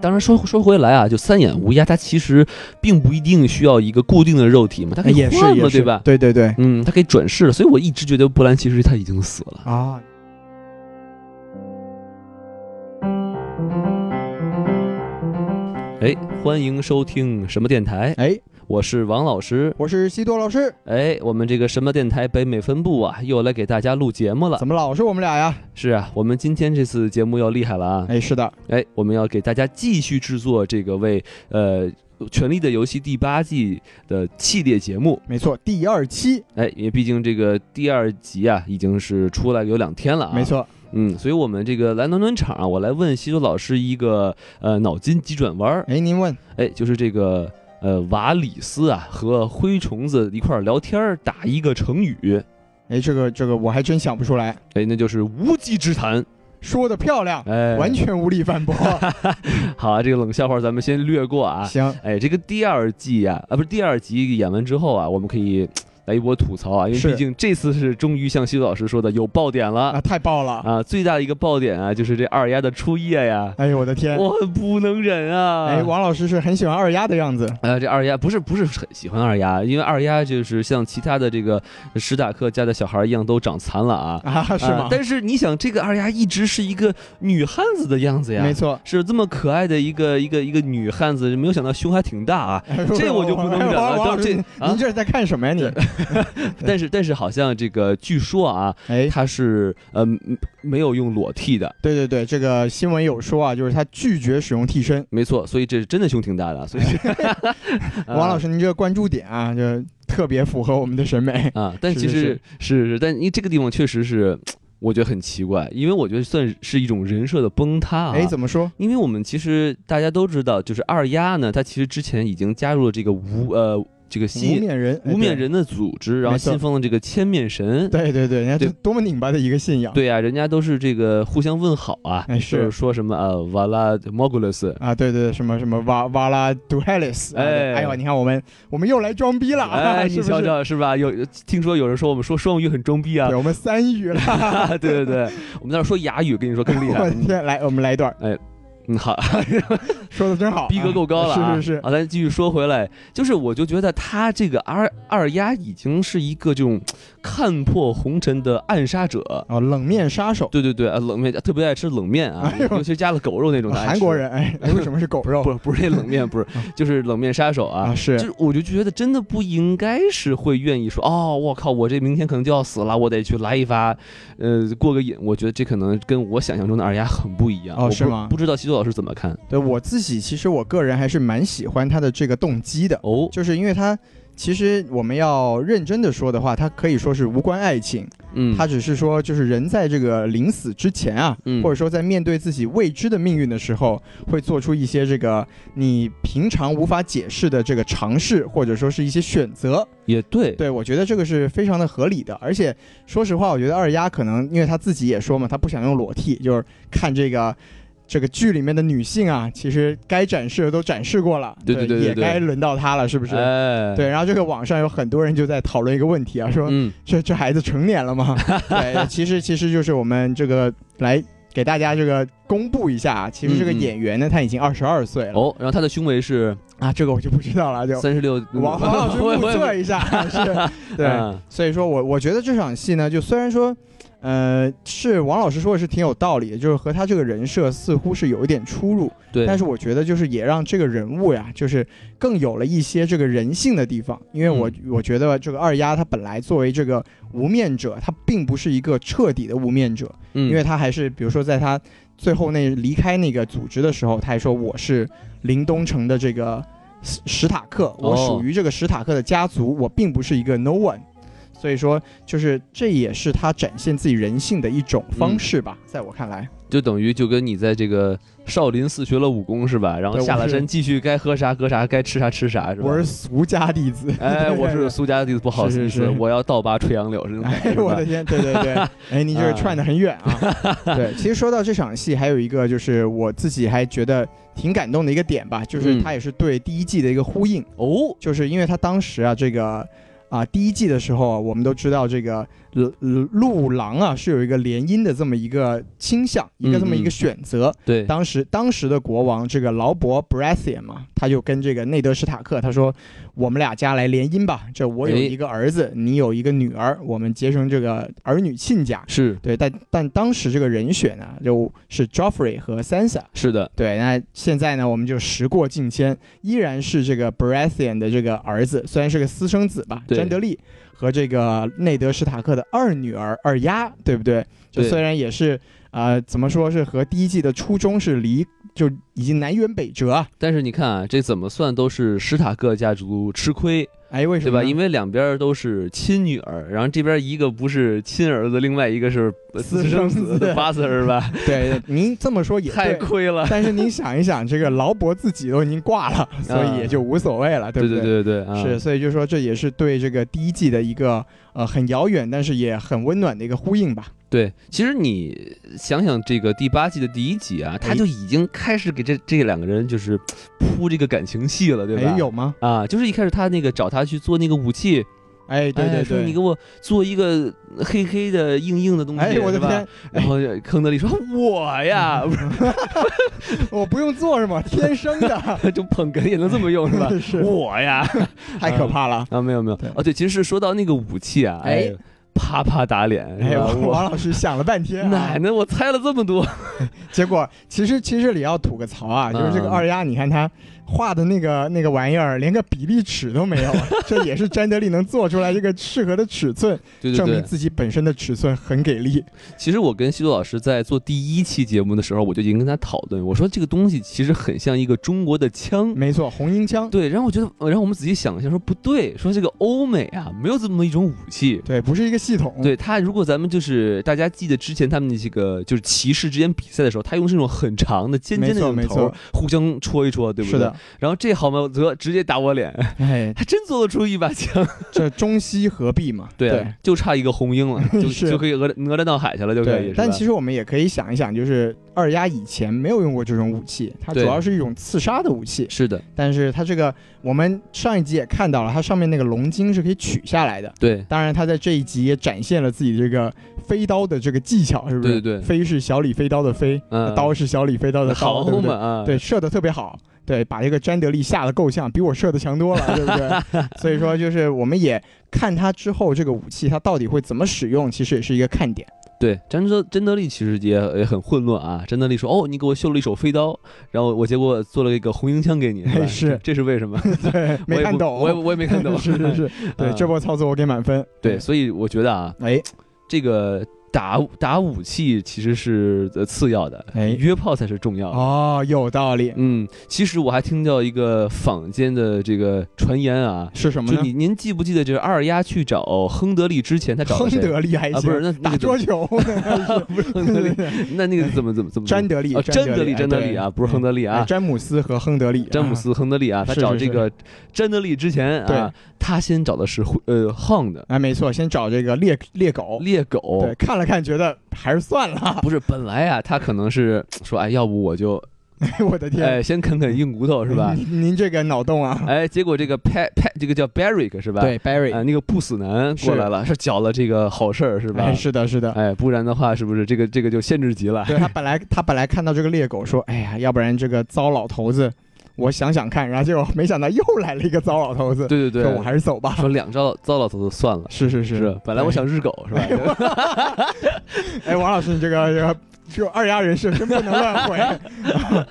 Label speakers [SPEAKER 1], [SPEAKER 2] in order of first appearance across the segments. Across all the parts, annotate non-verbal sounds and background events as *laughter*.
[SPEAKER 1] 当然说说回来啊，就三眼乌鸦，它其实并不一定需要一个固定的肉体嘛，它可
[SPEAKER 2] 哎
[SPEAKER 1] 以
[SPEAKER 2] 也是
[SPEAKER 1] 啊换
[SPEAKER 2] 也
[SPEAKER 1] 嘛，
[SPEAKER 2] 是，
[SPEAKER 1] 对吧？
[SPEAKER 2] 对对对，
[SPEAKER 1] 嗯，它可以转世了，所以我一直觉得布兰其实他已经死了。
[SPEAKER 2] 啊，
[SPEAKER 1] 哎，欢迎收听什么电台？
[SPEAKER 2] 哎，
[SPEAKER 1] 我是王老师。
[SPEAKER 2] 我是西多老师，
[SPEAKER 1] 哎，我们这个什么电台北美分部啊，又来给大家录节目了。
[SPEAKER 2] 怎么老是我们俩呀？
[SPEAKER 1] 是啊，我们今天这次节目要厉害了啊！
[SPEAKER 2] 哎，是的，
[SPEAKER 1] 哎，我们要给大家继续制作这个为呃《权力的游戏》第八季的系列节目。
[SPEAKER 2] 没错，第二期，
[SPEAKER 1] 哎，因为毕竟这个第二集啊已经是出来有两天了啊，
[SPEAKER 2] 没，错，
[SPEAKER 1] 嗯，所以我们这个来暖暖场啊，我来问西多老师一个呃脑筋急转弯儿，
[SPEAKER 2] 哎，您问，
[SPEAKER 1] 哎，就是这个呃瓦里斯啊和灰虫子一块儿聊天儿打一个成语，
[SPEAKER 2] 哎，这个这个我还真想不出来，
[SPEAKER 1] 哎，那就是无稽之谈，
[SPEAKER 2] 说的漂亮，
[SPEAKER 1] 哎，
[SPEAKER 2] *laughs* 完全无力反驳，
[SPEAKER 1] 好啊，这个冷笑话咱们先略过啊，
[SPEAKER 2] *laughs* 行，
[SPEAKER 1] 哎，这个第二季啊，啊不是第二集演完之后啊，我们可以来一波吐槽啊，因为
[SPEAKER 2] 是
[SPEAKER 1] 毕竟这次是终于像西多老师说的有爆点了
[SPEAKER 2] 啊，太爆了，
[SPEAKER 1] 啊，最大的一个爆点啊，就是这二丫的初夜呀，
[SPEAKER 2] 哎呦我的天，
[SPEAKER 1] 我很不能忍啊！
[SPEAKER 2] 哎，王老师是很喜欢二丫的样子，
[SPEAKER 1] 呃，这二丫不是不是很喜欢二丫，因为二丫就是像其他的这个史塔克家的小孩一样都长残了啊，
[SPEAKER 2] 啊，是
[SPEAKER 1] 啊
[SPEAKER 2] 吗？
[SPEAKER 1] 但是你想，这个二丫一直是一个女汉子的样子呀，
[SPEAKER 2] 没错，
[SPEAKER 1] 是这么可爱的一个一个一个女汉子，没有想到胸还挺大啊。这我就不能忍了
[SPEAKER 2] *laughs* 哎王王老师
[SPEAKER 1] 这
[SPEAKER 2] 您
[SPEAKER 1] 啊
[SPEAKER 2] 您这是在看什么呀？
[SPEAKER 1] *laughs*
[SPEAKER 2] 你，
[SPEAKER 1] 但是但是好像这个据说啊，
[SPEAKER 2] 哎，
[SPEAKER 1] 她是呃嗯没有用裸替的，
[SPEAKER 2] 对对对，这个新闻有说啊，就是他拒绝使用替身。
[SPEAKER 1] 没错，所以这真的胸挺大的，所以
[SPEAKER 2] *laughs* 王老
[SPEAKER 1] 师。
[SPEAKER 2] 师，您这个关注点啊，就特别符合我们的审美。
[SPEAKER 1] 啊，但
[SPEAKER 2] 是
[SPEAKER 1] 其
[SPEAKER 2] 是
[SPEAKER 1] 实是是，但你这个地方确实是，我觉得很奇怪，因为我觉得算是一种人设的崩塌啊。
[SPEAKER 2] 哎，怎么说？
[SPEAKER 1] 因为我们其实大家都知道，就是二丫呢，她其实之前已经加入了这个无呃这个
[SPEAKER 2] 无
[SPEAKER 1] 新
[SPEAKER 2] 面人，哎
[SPEAKER 1] 无面。人的组织，然后
[SPEAKER 2] 没错
[SPEAKER 1] 信奉了这个千面神。
[SPEAKER 2] 对对对对，人家
[SPEAKER 1] 对
[SPEAKER 2] 多多么拧巴的一个信仰。
[SPEAKER 1] 对呀、人家都是这个互相问好啊，
[SPEAKER 2] 哎是
[SPEAKER 1] 就是说什么呃瓦拉莫
[SPEAKER 2] *laughs*
[SPEAKER 1] 古勒斯，
[SPEAKER 2] 啊，对对对，什么什么瓦瓦拉杜海利斯，啊对
[SPEAKER 1] 哎
[SPEAKER 2] 哎呦，你看我们我们又来装逼了，
[SPEAKER 1] 哎，你
[SPEAKER 2] 是不是
[SPEAKER 1] 瞧瞧是吧？有听说有人说我们说双语很装逼啊
[SPEAKER 2] 对，，我们三语了，
[SPEAKER 1] *laughs* 对对对，我们在这儿说哑语，跟你说更厉
[SPEAKER 2] 我
[SPEAKER 1] 害
[SPEAKER 2] 的。天，来，我们来一段，
[SPEAKER 1] 嗯，好，
[SPEAKER 2] 说的真好，
[SPEAKER 1] *laughs* 逼格够高了、啊
[SPEAKER 2] 啊，是是是，
[SPEAKER 1] 啊，咱继续说回来，就是我就觉得他这个二二丫已经是一个这种看破红尘的暗杀者。
[SPEAKER 2] 哦，冷面杀手，
[SPEAKER 1] 对对对，啊，冷面特别爱吃冷面啊
[SPEAKER 2] 哎，呦
[SPEAKER 1] 尤其加了狗肉那种的爱吃。
[SPEAKER 2] 韩国人，嗯哎，哎为什么是狗肉
[SPEAKER 1] 不是 *laughs* 不是那冷面，不
[SPEAKER 2] *laughs*
[SPEAKER 1] 是就是冷面杀手啊
[SPEAKER 2] 啊？。是
[SPEAKER 1] 就是我就觉得真的不应该是会愿意说哦，我靠，我这明天可能就要死了，我得去来一发，呃，过个瘾。我觉得这可能跟我想象中的二丫很不一样。
[SPEAKER 2] 哦
[SPEAKER 1] 我不
[SPEAKER 2] 是吗
[SPEAKER 1] 不知道西多老师怎么看？
[SPEAKER 2] 对我自己，其实我个人还是蛮喜欢他的这个动机的，
[SPEAKER 1] 哦，
[SPEAKER 2] 就是因为他其实我们要认真的说的话，他可以说是无关爱情，
[SPEAKER 1] 嗯，
[SPEAKER 2] 他只是说就是人在这个临死之前啊，
[SPEAKER 1] 嗯
[SPEAKER 2] 或者说在面对自己未知的命运的时候，会做出一些这个你平常无法解释的这个尝试，或者说是一些选择。
[SPEAKER 1] 也对，
[SPEAKER 2] 对我觉得这个是非常的合理的，而且说实话，我觉得二丫可能因为她自己也说嘛，她不想用裸替，就是看这个。这个剧里面的女性啊，其实该展示的都展示过了，
[SPEAKER 1] 对对对对
[SPEAKER 2] 也
[SPEAKER 1] 对
[SPEAKER 2] 该轮到她了，是不是？
[SPEAKER 1] 哎，
[SPEAKER 2] 对，然后这个网上有很多人就在讨论一个问题啊，说、
[SPEAKER 1] 嗯，
[SPEAKER 2] 这这孩子成年了
[SPEAKER 1] *laughs*
[SPEAKER 2] 吗？对，其实其实就是我们这个来给大家这个公布一下啊，其实这个
[SPEAKER 1] 嗯嗯
[SPEAKER 2] 演员呢，他已经二十二岁了、
[SPEAKER 1] 哦，然后他的胸围是
[SPEAKER 2] 啊，这个我就不知道了，就
[SPEAKER 1] 三十六， *laughs*
[SPEAKER 2] 王王老师
[SPEAKER 1] 我也
[SPEAKER 2] 目
[SPEAKER 1] 我也
[SPEAKER 2] 测一下，
[SPEAKER 1] *laughs*
[SPEAKER 2] 啊是，对，
[SPEAKER 1] 嗯
[SPEAKER 2] 所以说我我觉得这场戏呢，就虽然说，呃，是王老师说的是挺有道理，就是和他这个人设似乎是有一点出入，
[SPEAKER 1] 对，
[SPEAKER 2] 但是我觉得就是也让这个人物呀，就是更有了一些这个人性的地方，因为我、
[SPEAKER 1] 嗯
[SPEAKER 2] 我觉得这个二丫她本来作为这个无面者，她并不是一个彻底的无面者，
[SPEAKER 1] 因
[SPEAKER 2] 因为她还是比如说在她最后那离开那个组织的时候，她还说我是林东城的这个史史塔克，我
[SPEAKER 1] 哦
[SPEAKER 2] 属于这个史塔克的家族，我并不是一个 no one。所以说，就是这也是她展现自己人性的一种方
[SPEAKER 1] 嗯
[SPEAKER 2] 式吧，在我看来。
[SPEAKER 1] 就等于就跟你在这个少林寺学了武功是吧？然后
[SPEAKER 2] 对我
[SPEAKER 1] 下了
[SPEAKER 2] 是
[SPEAKER 1] 山继续该喝啥喝啥，该吃啥吃啥是吧？
[SPEAKER 2] 我是俗家弟子， *laughs*
[SPEAKER 1] 哎，
[SPEAKER 2] 对
[SPEAKER 1] 我
[SPEAKER 2] 对
[SPEAKER 1] 是苏家弟子，不好
[SPEAKER 2] 是
[SPEAKER 1] 意
[SPEAKER 2] 是
[SPEAKER 1] 思，
[SPEAKER 2] 是
[SPEAKER 1] 我要倒拔垂杨柳是 *laughs* 那种感觉
[SPEAKER 2] 哎，
[SPEAKER 1] 是
[SPEAKER 2] *laughs* 我
[SPEAKER 1] 吧嗯
[SPEAKER 2] 的天，对对
[SPEAKER 1] *laughs*
[SPEAKER 2] 对，哎，你这个串的很远啊。对，其实说到这场戏，还有一个就是我自己还觉得挺感动的一个点吧，就是
[SPEAKER 1] 嗯
[SPEAKER 2] 它也是对第一季的一个呼应，
[SPEAKER 1] 哦，
[SPEAKER 2] 就是因为它当时啊，这个啊第一季的时候啊，我们都知道这个呃呃陆郎啊是有一个联姻的这么一个倾向，一个这么一
[SPEAKER 1] 嗯
[SPEAKER 2] 个
[SPEAKER 1] 嗯
[SPEAKER 2] 选择。
[SPEAKER 1] 对，
[SPEAKER 2] 当时当时的国王这个劳勃 Brathian 嘛，他就跟这个内德史塔克他说：“我们俩家来联姻吧，这我有
[SPEAKER 1] 哎
[SPEAKER 2] 一个儿子，你有一个女儿，我们结成这个儿女亲家。”
[SPEAKER 1] 是
[SPEAKER 2] 对，但但当时这个人选呢，就是 Joffrey 和 Sansa。
[SPEAKER 1] 是的，
[SPEAKER 2] 对，那现在呢，我们就时过境迁，依然是这个 Baratheon 的这个儿子，虽然是个私生子吧，
[SPEAKER 1] 对
[SPEAKER 2] 詹德利和这个内德史塔克的二女儿二丫，对不对？就
[SPEAKER 1] 对
[SPEAKER 2] 虽然也是呃，怎么说是和第一季的初衷是离就已经南辕北辙啊。
[SPEAKER 1] 但是你看啊，这怎么算都是史塔克家族吃亏，
[SPEAKER 2] 哎，为什
[SPEAKER 1] 对
[SPEAKER 2] 么呢？
[SPEAKER 1] 吧？因为两边都是亲女儿，然后这边一个不是亲儿子，另外一个是私
[SPEAKER 2] 私
[SPEAKER 1] 生
[SPEAKER 2] 生子
[SPEAKER 1] 子的八字儿吧，
[SPEAKER 2] 对您这么
[SPEAKER 1] *laughs*
[SPEAKER 2] 说 *laughs* 也
[SPEAKER 1] 太
[SPEAKER 2] 对。
[SPEAKER 1] 亏了。
[SPEAKER 2] 但是您想一想，这个劳勃自己都已经挂了，所以也就无所谓了，
[SPEAKER 1] *laughs*
[SPEAKER 2] 对
[SPEAKER 1] 对
[SPEAKER 2] 不
[SPEAKER 1] 对对对，啊
[SPEAKER 2] 是，所以就说这也是对这个第一季的一个呃很遥远，但是也很温暖的一个呼应吧。
[SPEAKER 1] 对，其实你想想这个第八季的第一集啊，
[SPEAKER 2] 哎
[SPEAKER 1] 他就已经开始给这这两个人就是铺这个感情戏了，对吧？
[SPEAKER 2] 哎，有吗？
[SPEAKER 1] 啊，就是一开始他那个找他去做那个武器，
[SPEAKER 2] 哎，对
[SPEAKER 1] 哎
[SPEAKER 2] 对
[SPEAKER 1] 说
[SPEAKER 2] 对，
[SPEAKER 1] 你给我做一个黑黑的硬硬的东西，
[SPEAKER 2] 哎，我的
[SPEAKER 1] 是吧
[SPEAKER 2] 天，嗯
[SPEAKER 1] 然后亨德利说：“我呀， *laughs* 不
[SPEAKER 2] 我不用做是吗？天生
[SPEAKER 1] *laughs*
[SPEAKER 2] 的，？
[SPEAKER 1] 是就捧哏也能这么用是吧
[SPEAKER 2] 是
[SPEAKER 1] 我
[SPEAKER 2] *laughs*
[SPEAKER 1] 呀，
[SPEAKER 2] 太可怕了。
[SPEAKER 1] 啊没有没有
[SPEAKER 2] 对
[SPEAKER 1] 哦对，其实是说到那个武器啊，
[SPEAKER 2] 哎
[SPEAKER 1] 哎，啪啪打脸，嗯
[SPEAKER 2] 哎，
[SPEAKER 1] 是吧
[SPEAKER 2] 我
[SPEAKER 1] 我
[SPEAKER 2] 王老师想了半天、啊
[SPEAKER 1] 奶，奶，我猜了这么多，
[SPEAKER 2] 结果其实其实里要吐个槽啊，就是这个
[SPEAKER 1] 嗯
[SPEAKER 2] 二丫，你看她画的那个那个玩意儿，连个比例尺都没有，啊 *laughs* 这也是詹德利能做出来这个适合的尺寸，
[SPEAKER 1] 对对
[SPEAKER 2] 证明
[SPEAKER 1] 对。
[SPEAKER 2] 自己本身的尺寸很给力。
[SPEAKER 1] 其实我跟西多老师在做第一期节目的时候，我就已经跟他讨论，我说这个东西其实很像一个中国的枪。”
[SPEAKER 2] 没错，红缨枪，
[SPEAKER 1] 对，然后我觉得，呃然后我们仔细想一下，说不对，说这个欧美啊，没有这么一种武器。
[SPEAKER 2] 对，不是一个系统。
[SPEAKER 1] 对他，如果咱们就是大家记得之前他们那几个就是骑士之间比赛的时候，他用这种很长的尖尖的那
[SPEAKER 2] 没
[SPEAKER 1] 种
[SPEAKER 2] 错没
[SPEAKER 1] 头
[SPEAKER 2] 错
[SPEAKER 1] 儿互相戳一戳，对不
[SPEAKER 2] 是
[SPEAKER 1] 对？
[SPEAKER 2] 的。，
[SPEAKER 1] 然后这好嘛，则直接打我脸，
[SPEAKER 2] 哎，
[SPEAKER 1] 还真做得出一把枪。
[SPEAKER 2] 这中西合璧嘛。
[SPEAKER 1] 对，
[SPEAKER 2] *laughs* 对
[SPEAKER 1] 就差一个红鹰
[SPEAKER 2] *laughs*
[SPEAKER 1] 了，就是就可以哪哪吒闹海去了，就可以。
[SPEAKER 2] 对，但其
[SPEAKER 1] 实
[SPEAKER 2] 实我们也可以想一想，就是二丫以前没有用过这种武器，它主
[SPEAKER 1] 对
[SPEAKER 2] 要是一种刺杀的武器。
[SPEAKER 1] 是的，
[SPEAKER 2] 但是它这个，我们上一集也看到了，它上面那个龙筋是可以取下来的。
[SPEAKER 1] 对
[SPEAKER 2] 当然，它在这一集也展现了自己这个飞刀的这个技巧，是不是？
[SPEAKER 1] 对对对
[SPEAKER 2] 飞是小李飞刀的飞，
[SPEAKER 1] 嗯
[SPEAKER 2] 刀是小李飞刀的
[SPEAKER 1] *laughs*
[SPEAKER 2] 刀，
[SPEAKER 1] 好
[SPEAKER 2] 对不
[SPEAKER 1] 嘛
[SPEAKER 2] 对？
[SPEAKER 1] 啊，
[SPEAKER 2] 对，射的特别好，对，把这个詹德利吓得够呛，比我射的强多了，对不对？
[SPEAKER 1] *laughs*
[SPEAKER 2] 所以说，就是我们也看他之后这个武器它到底会怎么使用，其实也是一个
[SPEAKER 1] *laughs*
[SPEAKER 2] 看点。
[SPEAKER 1] 对，詹德詹德利其实也也很混乱啊。詹德利说：“哦，你给我绣了一手飞刀，然后我结果做了一个红缨枪给你，是吧？
[SPEAKER 2] *laughs* 是
[SPEAKER 1] 这是为什么？
[SPEAKER 2] 对，
[SPEAKER 1] 我
[SPEAKER 2] 没
[SPEAKER 1] 也
[SPEAKER 2] 看
[SPEAKER 1] 不
[SPEAKER 2] 懂，
[SPEAKER 1] 我也
[SPEAKER 2] *laughs*
[SPEAKER 1] 我也没看懂。
[SPEAKER 2] 是是是，对，
[SPEAKER 1] *laughs* 嗯
[SPEAKER 2] 这波操作我给满分。
[SPEAKER 1] 对，，所以我觉得啊，
[SPEAKER 2] 哎，
[SPEAKER 1] 这个打打武器其实是呃次要的，
[SPEAKER 2] 哎
[SPEAKER 1] 约炮才是重要的。
[SPEAKER 2] 哦，有道理，
[SPEAKER 1] 嗯，其实我还听到一个坊间的这个传言啊，
[SPEAKER 2] 是什么
[SPEAKER 1] 就
[SPEAKER 2] 呢？
[SPEAKER 1] 你您记不记得，就是二丫去找亨德利之前，他找
[SPEAKER 2] 亨
[SPEAKER 1] 了谁？
[SPEAKER 2] *laughs* 德利还
[SPEAKER 1] 啊不是那那个
[SPEAKER 2] 行，打桌球
[SPEAKER 1] *laughs*
[SPEAKER 2] 呢
[SPEAKER 1] 不是亨德利，那那个怎么怎么怎么？
[SPEAKER 2] 哎詹德利
[SPEAKER 1] 啊，，詹德利，
[SPEAKER 2] 哎
[SPEAKER 1] 詹德利啊，不是亨德利
[SPEAKER 2] 对
[SPEAKER 1] 啊
[SPEAKER 2] 哎，詹姆斯和亨德利，
[SPEAKER 1] 詹姆斯·亨德利啊，他
[SPEAKER 2] 是
[SPEAKER 1] 找
[SPEAKER 2] 是
[SPEAKER 1] 这
[SPEAKER 2] 是
[SPEAKER 1] 个詹德利之前啊，他先找的是灰呃 Hound
[SPEAKER 2] 啊，哎，没错，先找这个猎猎狗，
[SPEAKER 1] 猎狗
[SPEAKER 2] 对，，看了看，觉得还是算了， *laughs*
[SPEAKER 1] 不是本来啊，他可能是说哎，要不我就
[SPEAKER 2] 哎我的天，
[SPEAKER 1] 哎先啃啃硬骨头是吧？
[SPEAKER 2] 哎您您这个脑
[SPEAKER 1] *laughs*
[SPEAKER 2] 洞啊，嗯
[SPEAKER 1] 哎，结果这个 Pat Pat 这个叫 Barrick 是吧？
[SPEAKER 2] 对
[SPEAKER 1] 哎，
[SPEAKER 2] ，Barry，
[SPEAKER 1] 那个不死男过来了，是搅了这个好事儿是吧
[SPEAKER 2] 哎，？是的，是的。
[SPEAKER 1] 哎，不然的话是不是这个这个就限制级了？
[SPEAKER 2] 对他本来他本来看到这个猎狗说，哎呀，要不然这个糟老头子，我想想看，然后结果没想到又来了一个糟老头子，
[SPEAKER 1] 对对
[SPEAKER 2] 说
[SPEAKER 1] 对
[SPEAKER 2] 我，还是走吧。
[SPEAKER 1] 说两招糟老头子算了。
[SPEAKER 2] 是是是
[SPEAKER 1] 是，本来我想日狗是吧？
[SPEAKER 2] 哎，王老师，你这个这个这个二丫人设真不能乱回。 *laughs*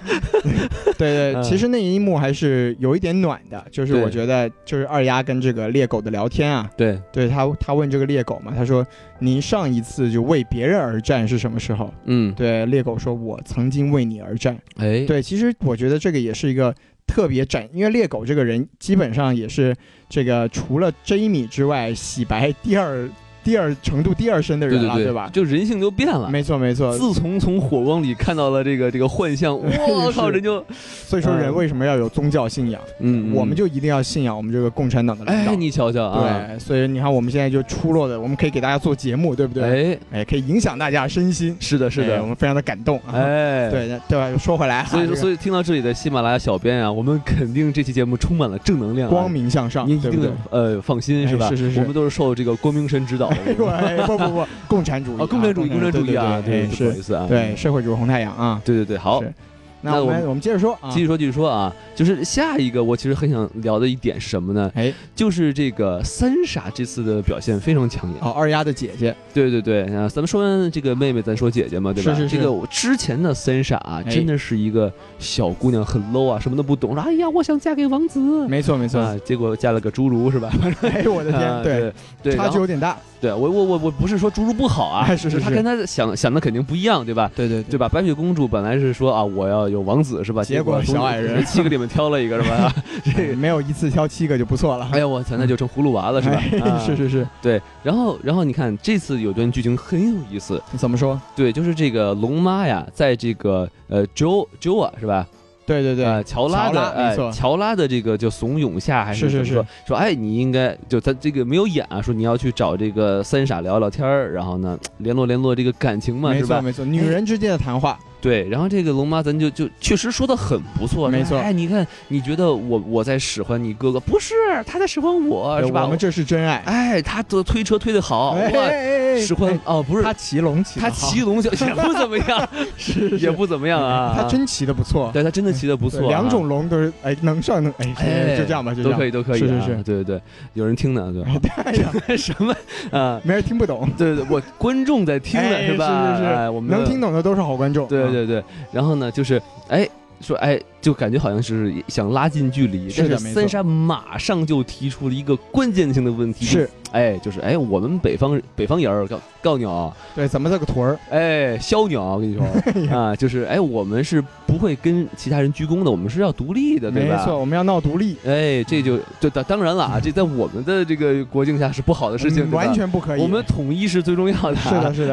[SPEAKER 2] 对对，
[SPEAKER 1] 嗯
[SPEAKER 2] 其实那一幕还是有一点暖的，就是
[SPEAKER 1] 对
[SPEAKER 2] 我觉得就是二丫跟这个猎狗的聊天啊，
[SPEAKER 1] *laughs* 对，
[SPEAKER 2] 对他他问这个猎狗嘛，他说您上一次就为别人而战是什么时候？
[SPEAKER 1] 嗯，
[SPEAKER 2] 对，猎狗说我曾经为你而战。
[SPEAKER 1] 哎，
[SPEAKER 2] 对，其实我觉得这个也是一个特别展，因为猎狗这个人基本上也是这个除了 Jamie 之外，洗白第二第二程度第二深的
[SPEAKER 1] 对
[SPEAKER 2] 人了，
[SPEAKER 1] 对
[SPEAKER 2] 吧？
[SPEAKER 1] 就人性就变了。
[SPEAKER 2] 没错没错，
[SPEAKER 1] 自从从火光里看到了这个这个幻象，我靠，
[SPEAKER 2] 哎是
[SPEAKER 1] 人就
[SPEAKER 2] 所以说人
[SPEAKER 1] 嗯
[SPEAKER 2] 为什么要有宗教信仰？
[SPEAKER 1] 嗯
[SPEAKER 2] 我们就一定要信仰我们这个共产党的领导。
[SPEAKER 1] 哎，你瞧瞧啊，
[SPEAKER 2] 对，所以你看我们现在就出落的，我们可以给大家做节目，对不对？哎，
[SPEAKER 1] 哎，
[SPEAKER 2] 可以影响大家身心。
[SPEAKER 1] 是的，是
[SPEAKER 2] 哎我
[SPEAKER 1] 的，
[SPEAKER 2] 们非常的感动啊。
[SPEAKER 1] 哎，。
[SPEAKER 2] 对对吧？说回来啊，
[SPEAKER 1] 所以，
[SPEAKER 2] 以
[SPEAKER 1] 所以听到这里的喜马拉雅小编啊，我们肯定这期节目充满了正能量啊，
[SPEAKER 2] 光明向上，
[SPEAKER 1] 您一
[SPEAKER 2] 对不
[SPEAKER 1] 定
[SPEAKER 2] 对
[SPEAKER 1] 能？呃放心
[SPEAKER 2] 哎
[SPEAKER 1] 是吧？
[SPEAKER 2] 是是是
[SPEAKER 1] 我们都是受这个光明神指导了。
[SPEAKER 2] *laughs* 哎呦哎不不不，共产主义啊，
[SPEAKER 1] 啊，共产主义，共产主义啊，
[SPEAKER 2] 对
[SPEAKER 1] 对，
[SPEAKER 2] 对
[SPEAKER 1] 不好
[SPEAKER 2] 对
[SPEAKER 1] 意
[SPEAKER 2] 是，
[SPEAKER 1] 思啊，
[SPEAKER 2] 对，社会主义红太阳啊。
[SPEAKER 1] 对对对，好，
[SPEAKER 2] 是
[SPEAKER 1] 那
[SPEAKER 2] 那我
[SPEAKER 1] 我
[SPEAKER 2] 们
[SPEAKER 1] 们
[SPEAKER 2] 我们接着说啊
[SPEAKER 1] 继，续说，继续说啊，就是下一个我其实很想聊的一点是什么呢？
[SPEAKER 2] 哎，
[SPEAKER 1] 就是这个三傻这次的表现非常抢眼。
[SPEAKER 2] 哦，二丫的姐姐，
[SPEAKER 1] 对对对，啊，咱们说完这个妹妹，咱说姐姐嘛，对吧？
[SPEAKER 2] 是是是
[SPEAKER 1] 这个我之前的三傻啊，
[SPEAKER 2] 哎
[SPEAKER 1] 真的是一个小姑娘，很 low 啊，什么都不懂，说哎呀，我想嫁给王子。
[SPEAKER 2] 没错没错，
[SPEAKER 1] 啊，结果嫁了个侏儒
[SPEAKER 2] *laughs*
[SPEAKER 1] 是吧？
[SPEAKER 2] 哎呦我的
[SPEAKER 1] 啊
[SPEAKER 2] 天，
[SPEAKER 1] 对对，
[SPEAKER 2] 差
[SPEAKER 1] 然
[SPEAKER 2] 距
[SPEAKER 1] 后
[SPEAKER 2] 有点大，
[SPEAKER 1] 对我我我我不是说侏儒不好啊，
[SPEAKER 2] 哎是是
[SPEAKER 1] 就他
[SPEAKER 2] 是
[SPEAKER 1] 跟他想想的肯定不一样，对吧？
[SPEAKER 2] 对对
[SPEAKER 1] 对吧？白雪公主本来是说啊，我要有王子是吧？
[SPEAKER 2] 结
[SPEAKER 1] 结
[SPEAKER 2] 果
[SPEAKER 1] 从
[SPEAKER 2] 小矮人
[SPEAKER 1] 七个里面挑了一个是
[SPEAKER 2] *laughs*
[SPEAKER 1] 吧？这个
[SPEAKER 2] 哎没有一次挑七个就不错了，
[SPEAKER 1] 哎呀，我操，那就成葫芦娃了是吧？啊
[SPEAKER 2] 哎是是是，
[SPEAKER 1] 对。然后，然后你看这次有段剧情很有意思，
[SPEAKER 2] 怎么说？
[SPEAKER 1] 对，就是这个龙妈呀，在这个呃 Jo Jo 啊是吧？
[SPEAKER 2] 对对对，
[SPEAKER 1] 呃，乔拉
[SPEAKER 2] 乔
[SPEAKER 1] 的
[SPEAKER 2] 拉没
[SPEAKER 1] 哎
[SPEAKER 2] 错
[SPEAKER 1] 乔拉的这个就怂恿下还怎
[SPEAKER 2] 是是
[SPEAKER 1] 么
[SPEAKER 2] 是
[SPEAKER 1] 说说哎，你应该就他这个没有演啊，说你要去找这个三傻聊聊天儿，然后呢联络联络这个感情嘛
[SPEAKER 2] 没
[SPEAKER 1] 是
[SPEAKER 2] 错
[SPEAKER 1] 吧？
[SPEAKER 2] 没错，女人之间的谈话，
[SPEAKER 1] 对，然后这个龙妈咱就就确实说的很不错，
[SPEAKER 2] 没
[SPEAKER 1] 说
[SPEAKER 2] 错
[SPEAKER 1] 哎，你看你觉得我我在使唤你哥哥，不是他在使唤我
[SPEAKER 2] 对
[SPEAKER 1] 是吧？
[SPEAKER 2] 我们这是真爱。
[SPEAKER 1] 哎，他的推车推的好，
[SPEAKER 2] 哎
[SPEAKER 1] 哦哇，
[SPEAKER 2] 哎哎
[SPEAKER 1] 使唤
[SPEAKER 2] 哎
[SPEAKER 1] 哦不是
[SPEAKER 2] 他骑龙骑
[SPEAKER 1] 他
[SPEAKER 2] 得好，
[SPEAKER 1] 骑龙 *laughs* 小也不怎么样，
[SPEAKER 2] *laughs* 是
[SPEAKER 1] 也不怎么样啊，
[SPEAKER 2] 他真骑的不错，
[SPEAKER 1] 对他真的骑的不
[SPEAKER 2] 不
[SPEAKER 1] 错啊，
[SPEAKER 2] 两种龙都是哎能上能哎
[SPEAKER 1] 哎
[SPEAKER 2] 是就这样吧，就这
[SPEAKER 1] 都
[SPEAKER 2] 样
[SPEAKER 1] 可以都可以啊，
[SPEAKER 2] 是是是
[SPEAKER 1] 对对对，有人听呢，对
[SPEAKER 2] *laughs*
[SPEAKER 1] 吧？
[SPEAKER 2] 哎呀，
[SPEAKER 1] 什么啊？
[SPEAKER 2] 没人听不懂，
[SPEAKER 1] 对对，我观众在听呢，
[SPEAKER 2] 哎
[SPEAKER 1] 吧？
[SPEAKER 2] 是是是
[SPEAKER 1] 哎，我们
[SPEAKER 2] 能听懂的都是好观众，
[SPEAKER 1] 对
[SPEAKER 2] 啊，
[SPEAKER 1] 对对，然后呢，就是哎说哎，就感觉好像是想拉近距离，
[SPEAKER 2] 是的
[SPEAKER 1] 但是
[SPEAKER 2] 没
[SPEAKER 1] 三
[SPEAKER 2] 错
[SPEAKER 1] 傻马上就提出了一个关键性的问题，
[SPEAKER 2] 是
[SPEAKER 1] 哎，就是哎，我们北方北方人儿告告你啊，
[SPEAKER 2] 对怎么这个屯儿，
[SPEAKER 1] 哎，枭鸟，我
[SPEAKER 2] *laughs*
[SPEAKER 1] 跟你说啊，就是哎，我们是不会跟其他人鞠躬的，我们是要独立的，对
[SPEAKER 2] 没
[SPEAKER 1] 吧？
[SPEAKER 2] 错，我们要闹独立，
[SPEAKER 1] 哎，这就就当当然了啊，这在我们的这个国境下是不好的事情，
[SPEAKER 2] 嗯
[SPEAKER 1] 对吧
[SPEAKER 2] 完。全不可以，
[SPEAKER 1] 我们统一是最重要的、
[SPEAKER 2] *laughs* 是的，，是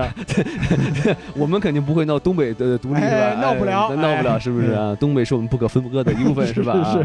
[SPEAKER 1] *laughs*
[SPEAKER 2] 的，
[SPEAKER 1] 我们肯定不会闹东北的独立，是吧
[SPEAKER 2] 哎？闹不了
[SPEAKER 1] 哎闹不了，
[SPEAKER 2] 哎
[SPEAKER 1] 是不是啊？东北是我们不可分割的一部分，
[SPEAKER 2] 是
[SPEAKER 1] 吧？啊
[SPEAKER 2] 是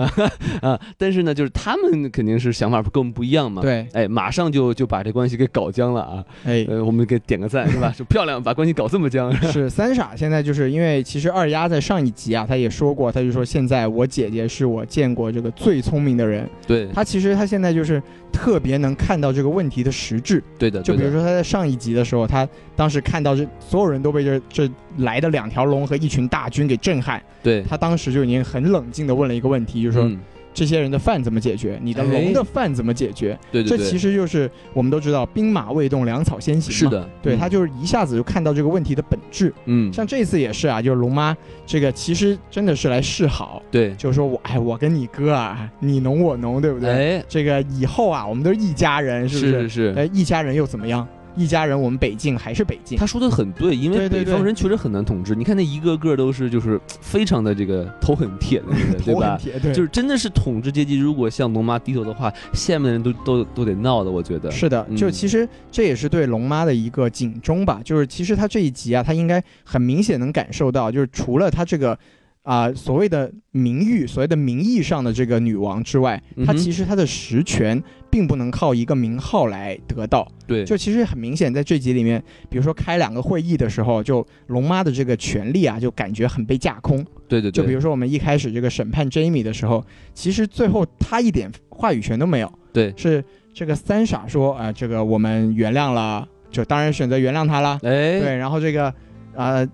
[SPEAKER 1] 啊啊！但是呢，就是他们肯定是想法跟我们不一样嘛。，
[SPEAKER 2] 对，
[SPEAKER 1] 哎，马上就就把这关系给搞僵了啊！
[SPEAKER 2] 哎，
[SPEAKER 1] *laughs* 呃，我们给点个赞，是吧？就漂亮，把关系搞这么僵，
[SPEAKER 2] 是三傻现在就是因为其实二丫在上一集啊，她也说过，她就说现在我姐姐是我见过这个最聪明的人。
[SPEAKER 1] 对，
[SPEAKER 2] 她其实她现在就是特别能看到这个问题的实质。
[SPEAKER 1] 对的，
[SPEAKER 2] 就比
[SPEAKER 1] 对
[SPEAKER 2] 如
[SPEAKER 1] 的，
[SPEAKER 2] 说她在上一集的时候，她当时看到这所有人都被这这来的两条龙和一群大军给震撼，
[SPEAKER 1] 对，
[SPEAKER 2] 她当时就已经很冷静的问了一个问题，就是说、
[SPEAKER 1] 嗯
[SPEAKER 2] 这些人的饭怎么解决？你的
[SPEAKER 1] 哎
[SPEAKER 2] 龙的饭怎么解决？
[SPEAKER 1] 对对
[SPEAKER 2] 这
[SPEAKER 1] 对，
[SPEAKER 2] 其实就是我们都知道兵马未动，粮草先行嘛。
[SPEAKER 1] 是。的，
[SPEAKER 2] 对，
[SPEAKER 1] 嗯
[SPEAKER 2] 她就是一下子就看到这个问题的本质。
[SPEAKER 1] 嗯，
[SPEAKER 2] 像这次也是啊，就是龙妈这个其实真的是来示好，
[SPEAKER 1] 对，
[SPEAKER 2] 就是说我哎，我跟你哥啊，你侬我侬，对不对？
[SPEAKER 1] 哎，
[SPEAKER 2] 这个以后啊，我们都是一家人，是不
[SPEAKER 1] 是是。
[SPEAKER 2] 是？哎，一家人又怎么样？一家人，我们北境还是北境
[SPEAKER 1] 他。说的很对，因为
[SPEAKER 2] 对对
[SPEAKER 1] 北
[SPEAKER 2] 对
[SPEAKER 1] 方人确实很难统治。你看那一个个都是就是非常的这个头很铁的那
[SPEAKER 2] *laughs*
[SPEAKER 1] 个，对
[SPEAKER 2] 头很
[SPEAKER 1] 吧？
[SPEAKER 2] 铁，对，
[SPEAKER 1] 就是真的是统治阶级，如果向龙妈低头的话，下面的人都都都得闹的，我觉得。
[SPEAKER 2] 是的，
[SPEAKER 1] 嗯
[SPEAKER 2] 就其实这也是对龙妈的一个警钟吧。就是其实她这一集啊，她应该很明显能感受到，就是除了她这个啊、所谓的名誉、所谓的名义上的这个女王之外，她
[SPEAKER 1] 嗯哼
[SPEAKER 2] 其实她的实权并不能靠一个名号来得到。
[SPEAKER 1] 对，
[SPEAKER 2] 就其实很明显，在这集里面，比如说开两个会议的时候，就龙妈的这个权利啊，就感觉很被架空。
[SPEAKER 1] 对对对，
[SPEAKER 2] 就比如说我们一开始这个审判 Jamie 的时候，其实最后他一点话语权都没有。
[SPEAKER 1] 对
[SPEAKER 2] 是这个三傻说啊、这个我们原谅了，就当然选择原谅他啦。
[SPEAKER 1] 哎，
[SPEAKER 2] 对，然后这个呃，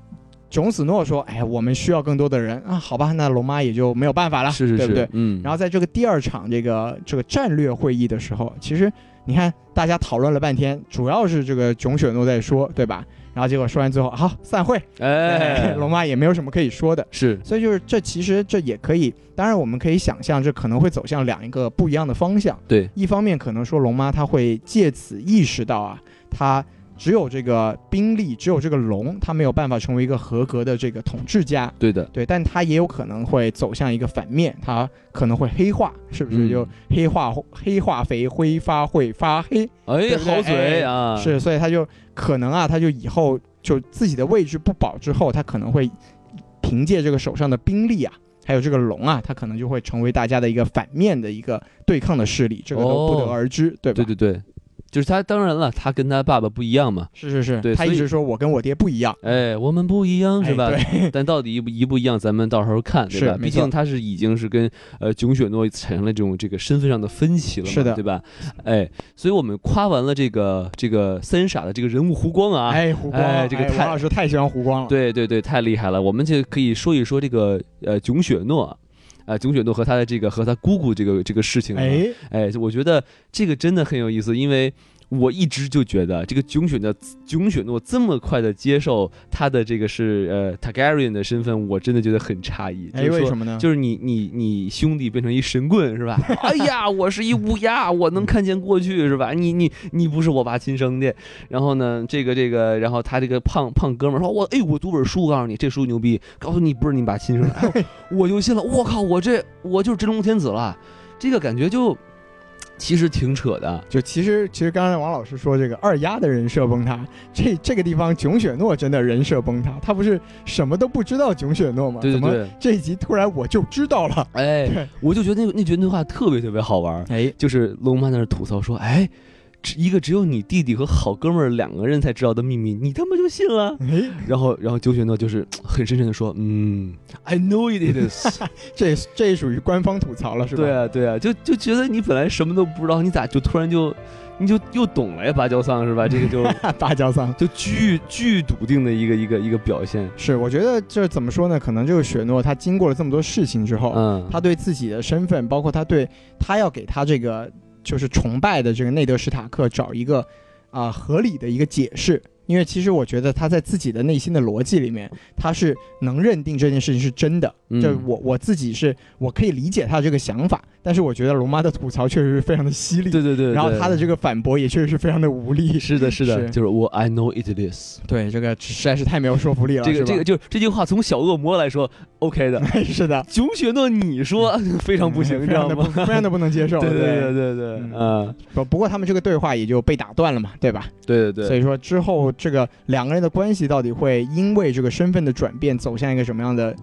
[SPEAKER 2] 种子诺说，哎，我们需要更多的人啊，好吧，那龙妈也就没有办法了，
[SPEAKER 1] 是是
[SPEAKER 2] 啊对
[SPEAKER 1] 是，
[SPEAKER 2] 不对？
[SPEAKER 1] 嗯，
[SPEAKER 2] 然后在这个第二场这个这个战略会议的时候，其实你看大家讨论了半天，主要是这个囧雪诺在说，对吧？然后结果说完最后，好、散会，
[SPEAKER 1] *laughs* 哎，
[SPEAKER 2] *laughs* 龙妈也没有什么可以说的。
[SPEAKER 1] 是
[SPEAKER 2] 所以就是这其实这也可以，当然我们可以想象，这可能会走向两个不一样的方向。
[SPEAKER 1] 对，
[SPEAKER 2] 一方面可能说龙妈她会借此意识到啊，她只有这个兵力，只有这个龙，她没有办法成为一个合格的这个统治家。
[SPEAKER 1] 对的，
[SPEAKER 2] 对，但她也有可能会走向一个反面，她可能会黑化，是不
[SPEAKER 1] 嗯
[SPEAKER 2] 是？就黑化、黑化肥挥发会发黑，
[SPEAKER 1] 哎，
[SPEAKER 2] 对不对
[SPEAKER 1] 好嘴
[SPEAKER 2] 哎
[SPEAKER 1] 啊，
[SPEAKER 2] 是，所以他就可能啊，他就以后就自己的位置不保之后，他可能会凭借这个手上的兵力啊，还有这个龙啊，他可能就会成为大家的一个反面的一个对抗的势力，这个都不得
[SPEAKER 1] 哦
[SPEAKER 2] 而知，对吧？
[SPEAKER 1] 对对对，就是他当然了，他跟他爸爸不一样嘛，
[SPEAKER 2] 是是是，
[SPEAKER 1] 对
[SPEAKER 2] 他
[SPEAKER 1] 所
[SPEAKER 2] 一
[SPEAKER 1] 以
[SPEAKER 2] 直说我跟我爹不一样，
[SPEAKER 1] 哎，我们不一样是吧？
[SPEAKER 2] 哎 *laughs* 对，
[SPEAKER 1] 但到底一不一不一样，咱们到时候看，对吧？
[SPEAKER 2] 是没
[SPEAKER 1] 毕
[SPEAKER 2] 错
[SPEAKER 1] 竟他是已经是跟呃囧雪诺产生了这种这个身份上的分歧了嘛，
[SPEAKER 2] 是的
[SPEAKER 1] 对吧？哎，所以我们夸完了这个这个三傻的这个人物弧光啊，
[SPEAKER 2] 哎，胡光，
[SPEAKER 1] 哎这个太
[SPEAKER 2] 王老师太喜欢胡光了，
[SPEAKER 1] 对对对，太厉害了！我们就可以说一说这个呃囧雪诺。啊，囧雪诺和他的这个和他姑姑这个这个事情啊，
[SPEAKER 2] 哎，
[SPEAKER 1] 哎，我觉得这个真的很有意思，因为我一直就觉得这个囧雪诺囧雪诺这么快的接受他的这个是呃 Targaryen 的身份，我真的觉得很诧异。
[SPEAKER 2] 哎，
[SPEAKER 1] 就是
[SPEAKER 2] 为
[SPEAKER 1] 说
[SPEAKER 2] 什么呢？
[SPEAKER 1] 就是你你你兄弟变成一神棍是吧？ *laughs* 哎呀，我是一乌鸦，我
[SPEAKER 2] 嗯
[SPEAKER 1] 能看见过去是吧？你你你不是我爸亲生的。然后呢，这个这个，然后他这个胖胖哥们儿说，我哎，我读本书，告诉你这书牛逼，告诉你不是你爸亲生的，
[SPEAKER 2] *laughs*
[SPEAKER 1] 哎呦我就信了。我靠，我这我就是真龙天子了，这个感觉就其实挺扯的。
[SPEAKER 2] 就其实其实刚才王老师说这个二丫的人设崩塌，这这个地方囧雪诺真的人设崩塌，他不是什么都不知道囧雪诺吗？
[SPEAKER 1] 对对
[SPEAKER 2] 怎么
[SPEAKER 1] 对，
[SPEAKER 2] 这一集突然我就知道了？
[SPEAKER 1] 哎，我就觉得那那句那话特别特别好
[SPEAKER 2] *laughs*
[SPEAKER 1] 玩儿。
[SPEAKER 2] 哎，
[SPEAKER 1] 就是龙妈在那儿吐槽说：“哎，只一个只有你弟弟和好哥们儿两个人才知道的秘密，你他妈就信了
[SPEAKER 2] 哎，？”
[SPEAKER 1] 然后，然后九雪诺就是嘖很深沉的说：“嗯，I know it is 。 *laughs*
[SPEAKER 2] 这这属于官方吐槽了”是吧？ *laughs*
[SPEAKER 1] 对啊，对啊，就就觉得你本来什么都不知道，你咋就突然就你就又懂了呀？芭蕉桑是吧？这个就
[SPEAKER 2] 芭蕉桑。
[SPEAKER 1] 就巨巨笃定的一个一个一个表现。嗯
[SPEAKER 2] 是，我觉得这怎么说呢？可能就是雪诺他经过了这么多事情之后，
[SPEAKER 1] 嗯，
[SPEAKER 2] 哦他对自己的身份，包括他对他要给他这个就是崇拜的这个内德史塔克找一个啊、合理的一个解释。因为其实我觉得他在自己的内心的逻辑里面，他是能认定这件事情是真的。
[SPEAKER 1] 嗯
[SPEAKER 2] 就我我自己是我可以理解他这个想法，但是我觉得龙妈的吐槽确实是非常的犀利，
[SPEAKER 1] 对对对，
[SPEAKER 2] 然后
[SPEAKER 1] 对
[SPEAKER 2] 他的这个反驳也确实是非常的无力。
[SPEAKER 1] 是的，是的，
[SPEAKER 2] 是
[SPEAKER 1] 就是我 I know it is。
[SPEAKER 2] 对，这个实在是太没有说服力了。
[SPEAKER 1] 这个
[SPEAKER 2] 啊是吧
[SPEAKER 1] 这个就这句话从小恶魔来说 OK 的，
[SPEAKER 2] *laughs* 是的，
[SPEAKER 1] 囧雪诺，你说 *laughs* 非常不行，你
[SPEAKER 2] 嗯非
[SPEAKER 1] 知道
[SPEAKER 2] 常的
[SPEAKER 1] 吗？
[SPEAKER 2] 非常的不能 *laughs* 接受。
[SPEAKER 1] *laughs* 对对对对
[SPEAKER 2] 嗯
[SPEAKER 1] 对，啊，
[SPEAKER 2] 不不过他们这个对话也就被打断了嘛，对吧？
[SPEAKER 1] 对对对，
[SPEAKER 2] 所以说之后这个两个人的关系到底会因为这个身份的转变走向一个什么样的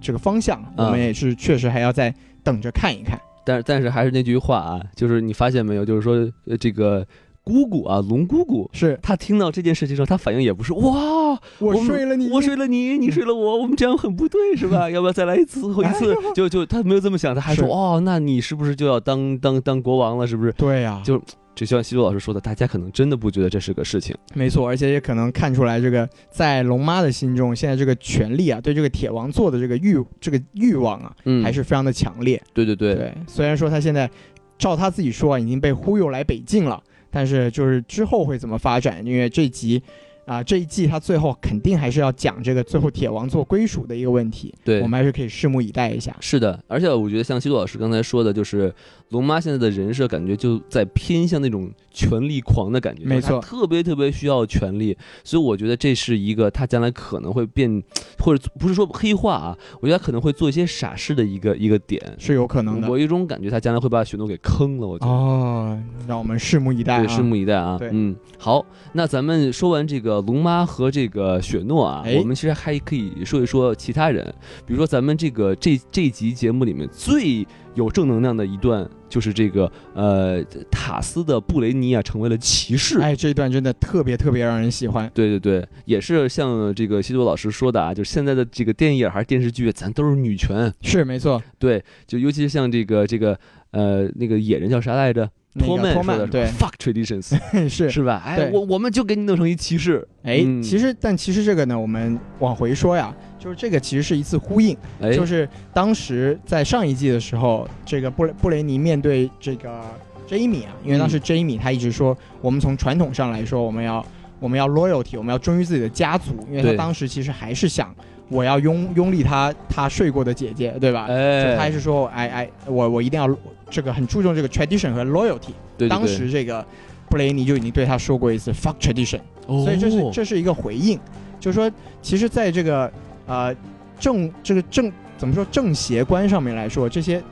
[SPEAKER 2] 这个方向，
[SPEAKER 1] 嗯
[SPEAKER 2] 我们也是确实还要再等着看一看。
[SPEAKER 1] 但但是还是那句话啊，就是你发现没有，就是说呃这个姑姑啊，龙姑姑。
[SPEAKER 2] 是
[SPEAKER 1] 她听到这件事情之后，她反应也不是哇，
[SPEAKER 2] 我
[SPEAKER 1] 们
[SPEAKER 2] 睡了你，
[SPEAKER 1] 我睡了你，
[SPEAKER 2] 嗯
[SPEAKER 1] 你睡了我，我们这样很不对，是吧？要不要再来一次，后一次？就就她没有这么想，她还说
[SPEAKER 2] 哎是
[SPEAKER 1] 哦，那你是不是就要当当当国王了？是不是？
[SPEAKER 2] 对啊呀、
[SPEAKER 1] 就就像西多老师说的，大家可能真的不觉得这是个事情。
[SPEAKER 2] 没错，而且也可能看出来，这个在龙妈的心中，现在这个权力啊，对这个铁王座的这个欲这个欲望啊，
[SPEAKER 1] 嗯，
[SPEAKER 2] 还是非常的强烈。
[SPEAKER 1] 对对对，
[SPEAKER 2] 对，虽然说他现在照他自己说啊，已经被忽悠来北境了，但是就是之后会怎么发展？因为这集啊、这一季他最后肯定还是要讲这个最后铁王座归属的一个问题，
[SPEAKER 1] 对
[SPEAKER 2] 我们还是可以拭目以待一下。
[SPEAKER 1] 是的，而且我觉得像西渡老师刚才说的，就是龙妈现在的人设感觉就在偏向那种权力狂的感觉，
[SPEAKER 2] 没错
[SPEAKER 1] 就是她特别特别需要权力，所以我觉得这是一个她将来可能会变，或者不是说黑化啊，我觉得她可能会做一些傻事的一个一个点。
[SPEAKER 2] 是有可能的
[SPEAKER 1] 我有一种感觉，她将来会把雪诺给坑了，我觉得。
[SPEAKER 2] 哦，让我们拭目以待、啊。
[SPEAKER 1] 对，拭目以待啊
[SPEAKER 2] 对！
[SPEAKER 1] 嗯，好，那咱们说完这个龙妈和这个雪诺啊，
[SPEAKER 2] 哎
[SPEAKER 1] 我们其实还可以说一说其他人，比如说咱们这个这这集节目里面最有正能量的一段，就是这个呃塔斯的布雷尼亚成为了骑士。
[SPEAKER 2] 哎，这一段真的特别特别让人喜欢。
[SPEAKER 1] 对对对，也是像这个西多老师说的啊，就是现在的这个电影还是电视剧，咱都是女权，
[SPEAKER 2] 是没错，
[SPEAKER 1] 对，就尤其是像这个这个呃那个野人叫啥来着？
[SPEAKER 2] 那个
[SPEAKER 1] 曼说
[SPEAKER 2] 托
[SPEAKER 1] 的
[SPEAKER 2] 曼
[SPEAKER 1] 是吧
[SPEAKER 2] 对
[SPEAKER 1] fuck traditions
[SPEAKER 2] 是
[SPEAKER 1] 是吧？哎，
[SPEAKER 2] 对 *laughs*
[SPEAKER 1] 我我们就给你弄成一骑士，
[SPEAKER 2] 哎，
[SPEAKER 1] 嗯
[SPEAKER 2] 其实但其实这个呢，我们往回说呀，就是这个其实是一次呼应。
[SPEAKER 1] 哎，
[SPEAKER 2] 就是当时在上一季的时候，这个布雷布雷尼面对这个 Jamie 啊，因为当时 Jamie 他一直说，我们从传统上来说，我们要我们要 loyalty，我们要忠于自己的家族，因为他
[SPEAKER 1] 对
[SPEAKER 2] 当时其实还是想我要拥拥立他他睡过的姐姐，对吧？就
[SPEAKER 1] 哎，
[SPEAKER 2] 他还是说，哎哎，我我一定要这个很注重这个 tradition 和 loyalty。
[SPEAKER 1] 对对对
[SPEAKER 2] 当时这个布雷尼就已经对他说过一次 fuck tradition。所以这是
[SPEAKER 1] 哦
[SPEAKER 2] 这是一个回应，就是说，其实在这个呃正这个正怎么说正邪观上面来说，这些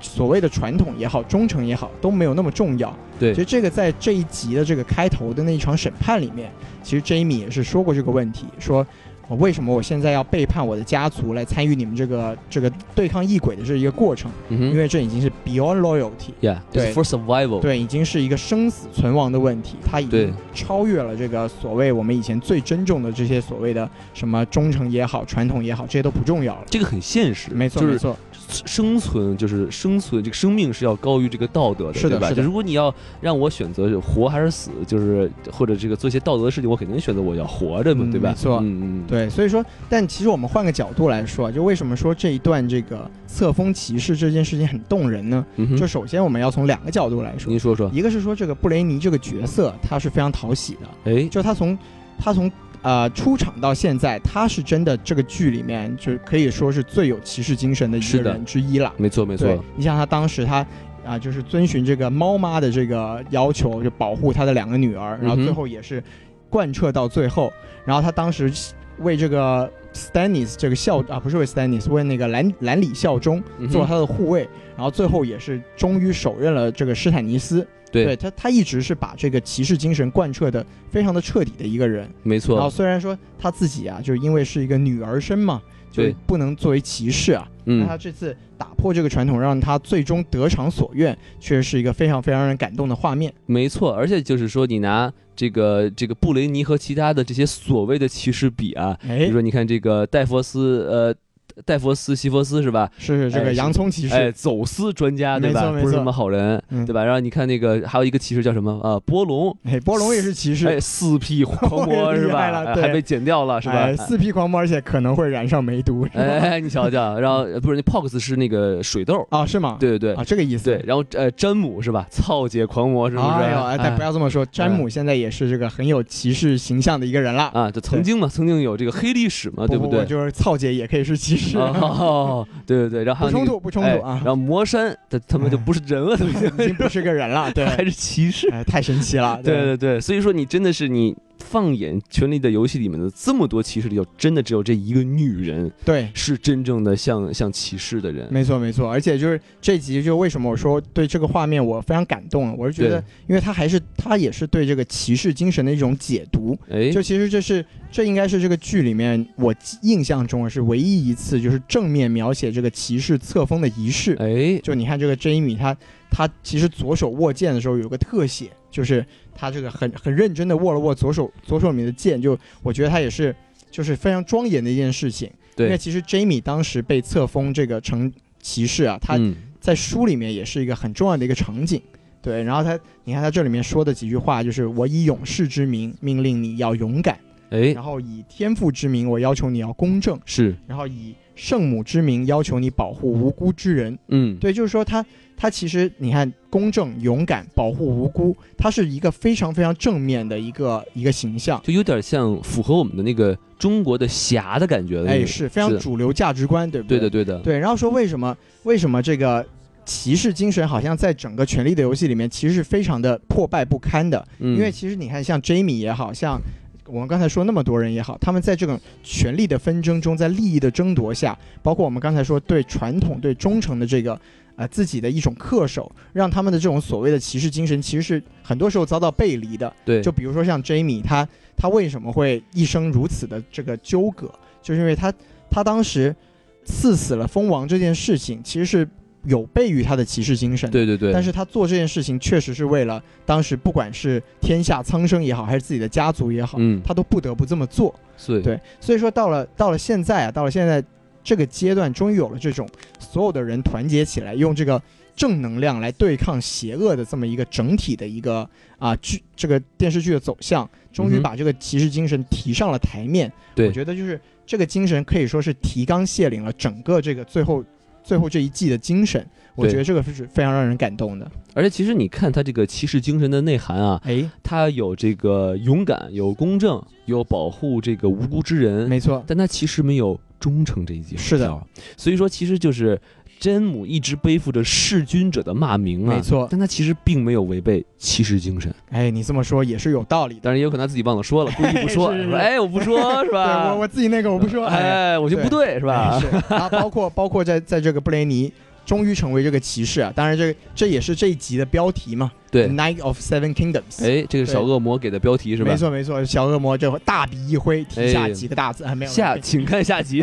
[SPEAKER 2] 所谓的传统也好，忠诚也好，都没有那么重要。
[SPEAKER 1] 对
[SPEAKER 2] 其实这个在这一集的这个开头的那一场审判里面，其实 Jamie 也是说过这个问题，说。我为什么我现在要背叛我的家族来参与你们这个这个对抗异鬼的这一个过程？
[SPEAKER 1] 嗯
[SPEAKER 2] 因为这已经是 beyond loyalty，对
[SPEAKER 1] Yeah，it's for survival。
[SPEAKER 2] 对，已经是一个生死存亡的问题，它已
[SPEAKER 1] 对
[SPEAKER 2] 经超越了这个所谓我们以前最珍重的这些所谓的什么忠诚也好、传统也好，这些都不重要了。
[SPEAKER 1] 这个很现实，
[SPEAKER 2] 没错，
[SPEAKER 1] 就
[SPEAKER 2] 没
[SPEAKER 1] 是
[SPEAKER 2] 错，
[SPEAKER 1] 生存，就是生存，这个生命是要高于这个道德的，
[SPEAKER 2] 是的
[SPEAKER 1] 对吧？
[SPEAKER 2] 是的
[SPEAKER 1] 就如果你要让我选择活还是死，就是或者这个做一些道德的事情，我肯定选择我要活着嘛，
[SPEAKER 2] 嗯
[SPEAKER 1] 对吧？
[SPEAKER 2] 没错
[SPEAKER 1] 嗯嗯，
[SPEAKER 2] 对，所以说，但其实我们换个角度来说，就为什么说这一段这个册封骑士这件事情很动人呢？
[SPEAKER 1] 嗯哼
[SPEAKER 2] 就首先我们要从两个角度来说
[SPEAKER 1] 您，说说，
[SPEAKER 2] 一个是说这个布雷尼这个角色他是非常讨喜的，
[SPEAKER 1] 哎，
[SPEAKER 2] 就他从他从呃出场到现在，他是真的这个剧里面就可以说是最有骑士精神的一
[SPEAKER 1] 是
[SPEAKER 2] 个
[SPEAKER 1] 的
[SPEAKER 2] 人之一了。
[SPEAKER 1] 没错没错，
[SPEAKER 2] 对，你像他当时他。啊，就是遵循这个猫妈的这个要求，就保护他的两个女儿，然后
[SPEAKER 1] 嗯哼
[SPEAKER 2] 最后也是贯彻到最后。然后他当时为这个 Stannis 这个效啊，不是为 Stannis，为那个兰兰里效忠
[SPEAKER 1] 嗯哼
[SPEAKER 2] 做了他的护卫，然后最后也是终于手刃了这个施坦尼斯。
[SPEAKER 1] 对
[SPEAKER 2] 他，他一直是把这个骑士精神贯彻的非常的彻底的一个人。
[SPEAKER 1] 没
[SPEAKER 2] 然
[SPEAKER 1] 错，
[SPEAKER 2] 后虽然说他自己啊，就是因为是一个女儿身嘛，就
[SPEAKER 1] 对
[SPEAKER 2] 不能作为骑士啊，那
[SPEAKER 1] 嗯
[SPEAKER 2] 他，这次打破这个传统，让他最终得偿所愿，确实是一个非常非常让人感动的画面。
[SPEAKER 1] 没错，而且就是说，你拿这个这个布雷尼和其他的这些所谓的骑士比啊，比
[SPEAKER 2] 哎
[SPEAKER 1] 如，说你看这个戴佛斯，呃，戴佛斯、西佛斯是吧？
[SPEAKER 2] 是这个
[SPEAKER 1] 哎
[SPEAKER 2] 洋葱骑
[SPEAKER 1] 哎，
[SPEAKER 2] 士，
[SPEAKER 1] 走私专家对
[SPEAKER 2] 没
[SPEAKER 1] 吧？
[SPEAKER 2] 错没错
[SPEAKER 1] 不是什么好人，
[SPEAKER 2] 嗯
[SPEAKER 1] 对吧？然后你看那个还有一个骑士叫什么啊？波龙，
[SPEAKER 2] 哎，波龙也是骑士，
[SPEAKER 1] 哎，四屁狂魔
[SPEAKER 2] *laughs* 我也
[SPEAKER 1] 是
[SPEAKER 2] 厉害
[SPEAKER 1] 吧？
[SPEAKER 2] 了
[SPEAKER 1] 哎
[SPEAKER 2] 对
[SPEAKER 1] 还被剪掉了是吧？
[SPEAKER 2] 哎四匹狂魔，而且可能会染上梅毒。是吧
[SPEAKER 1] 哎，你瞧瞧，然后呃不是那 Pox 是那个水痘，
[SPEAKER 2] 啊，是吗？
[SPEAKER 1] 对对
[SPEAKER 2] 啊，
[SPEAKER 1] 对
[SPEAKER 2] 这个意思。
[SPEAKER 1] 对，然后呃詹姆是吧？操姐狂魔是不是？
[SPEAKER 2] 哎呦，哎，但不
[SPEAKER 1] 哎
[SPEAKER 2] 要这么说，詹姆现在也是这个很有骑士形象的一个人了。
[SPEAKER 1] 啊，就曾经嘛，曾经有这个黑历史嘛，对
[SPEAKER 2] 不
[SPEAKER 1] 对？
[SPEAKER 2] 就是操姐也可以是骑士，
[SPEAKER 1] 哦，对对对，然后还
[SPEAKER 2] 不
[SPEAKER 1] 有
[SPEAKER 2] 冲
[SPEAKER 1] 那个
[SPEAKER 2] 突，不冲突
[SPEAKER 1] 哎
[SPEAKER 2] 啊
[SPEAKER 1] 然，后魔山他他们就不是人
[SPEAKER 2] *laughs*
[SPEAKER 1] 了，都已经
[SPEAKER 2] 已经不是个人了，
[SPEAKER 1] *laughs*
[SPEAKER 2] 对，
[SPEAKER 1] 还是骑士。
[SPEAKER 2] 哎，太神奇了，
[SPEAKER 1] 对对对，所以说你真的是你放眼《权力的游戏》里面的这么多骑士里头，真的只有这一个女人
[SPEAKER 2] 对，
[SPEAKER 1] 是真正的像像骑士的人。
[SPEAKER 2] 没错没错，而且就是这集就为什么我说对这个画面我非常感动了，我是觉得
[SPEAKER 1] 对，
[SPEAKER 2] 因为他还是他也是对这个骑士精神的一种解读，
[SPEAKER 1] 哎，
[SPEAKER 2] 就其实这是这应该是这个剧里面我印象中是唯一一次就是正面描写这个骑士册封的仪式，
[SPEAKER 1] 哎，
[SPEAKER 2] 就你看这个 Jamie 他他其实左手握剑的时候有个特写，就是他这个很很认真的握了握左手左手里面的剑，就我觉得他也是就是非常庄严的一件事情。因为
[SPEAKER 1] 对，
[SPEAKER 2] 其实 Jamie 当时被册封这个成骑士啊，他
[SPEAKER 1] 嗯
[SPEAKER 2] 在书里面也是一个很重要的一个场景。对，然后他，你看他这里面说的几句话，就是我以勇士之名命令你要勇敢，
[SPEAKER 1] 哎
[SPEAKER 2] 然后以天赋之名我要求你要公正，
[SPEAKER 1] 是，
[SPEAKER 2] 然后以圣母之名要求你保护无辜之人。
[SPEAKER 1] 嗯，
[SPEAKER 2] 对，就是说他他其实你看公正、勇敢、保护无辜，他是一个非常非常正面的一个一个形象。
[SPEAKER 1] 就有点像符合我们的那个中国的侠的感觉。
[SPEAKER 2] 哎，是非常
[SPEAKER 1] 呃是
[SPEAKER 2] 主流价值观，对不
[SPEAKER 1] 对的，
[SPEAKER 2] 对
[SPEAKER 1] 对的，
[SPEAKER 2] 对，然后说为什么为什么这个骑士精神好像在整个《权力的游戏》里面其实是非常的破败不堪的，
[SPEAKER 1] 嗯
[SPEAKER 2] 因为其实你看像 Jamie 也好像。我们刚才说那么多人也好，他们在这种权力的纷争中，在利益的争夺下，包括我们刚才说对传统、对忠诚的这个，呃，自己的一种恪守，让他们的这种所谓的骑士精神，其实是很多时候遭到背离的。
[SPEAKER 1] 对
[SPEAKER 2] 就比如说像 Jamie，他他为什么会一生如此的这个纠葛，就是因为他他当时刺死了蜂王这件事情，其实是有悖于他的骑士精神的。
[SPEAKER 1] 对对对，
[SPEAKER 2] 但是他做这件事情确实是为了当时不管是天下苍生也好，还是自己的家族也好，
[SPEAKER 1] 嗯，
[SPEAKER 2] 他都不得不这么做。
[SPEAKER 1] 对
[SPEAKER 2] 对，所以说到了到了现在啊，到了现在这个阶段，终于有了这种所有的人团结起来，用这个正能量来对抗邪恶的这么一个整体的一个啊剧这个电视剧的走向，终于
[SPEAKER 1] 嗯哼
[SPEAKER 2] 把这个骑士精神提上了台面。
[SPEAKER 1] 对
[SPEAKER 2] 我觉得就是这个精神可以说是提纲挈领了整个这个最后最后这一季的精神。我
[SPEAKER 1] 对
[SPEAKER 2] 觉得这个是非常让人感动的。
[SPEAKER 1] 而且其实你看他这个骑士精神的内涵啊，
[SPEAKER 2] 哎，
[SPEAKER 1] 他有这个勇敢，有公正，有保护这个无辜之人，
[SPEAKER 2] 没错，
[SPEAKER 1] 但他其实没有忠诚这一节，
[SPEAKER 2] 是的，
[SPEAKER 1] 所以说其实就是真母一直背负着弑君者的骂名啊，
[SPEAKER 2] 没错
[SPEAKER 1] 但他其实并没有违背骑士精神，
[SPEAKER 2] 哎，你这么说也是有道理的。
[SPEAKER 1] 当然也有可能他自己忘了说了，故意不说，
[SPEAKER 2] *laughs* 是是是
[SPEAKER 1] 说哎我不
[SPEAKER 2] *laughs*
[SPEAKER 1] 说是
[SPEAKER 2] 对
[SPEAKER 1] 吧？
[SPEAKER 2] 我我自己那个我不说，哎。
[SPEAKER 1] 哎我就不对是
[SPEAKER 2] 哎
[SPEAKER 1] 吧？ *laughs*
[SPEAKER 2] 是，然后包括包括在在这个布雷尼终于成为这个骑士啊，当然这个这也是这一集的标题嘛，
[SPEAKER 1] 对，
[SPEAKER 2] Night of Seven Kingdoms》。
[SPEAKER 1] 哎，这个小恶魔给的标题是吧
[SPEAKER 2] 没？错没错，小恶魔这会儿大笔一挥，
[SPEAKER 1] 哎
[SPEAKER 2] 题下几个大字，还没有
[SPEAKER 1] 下请看下集，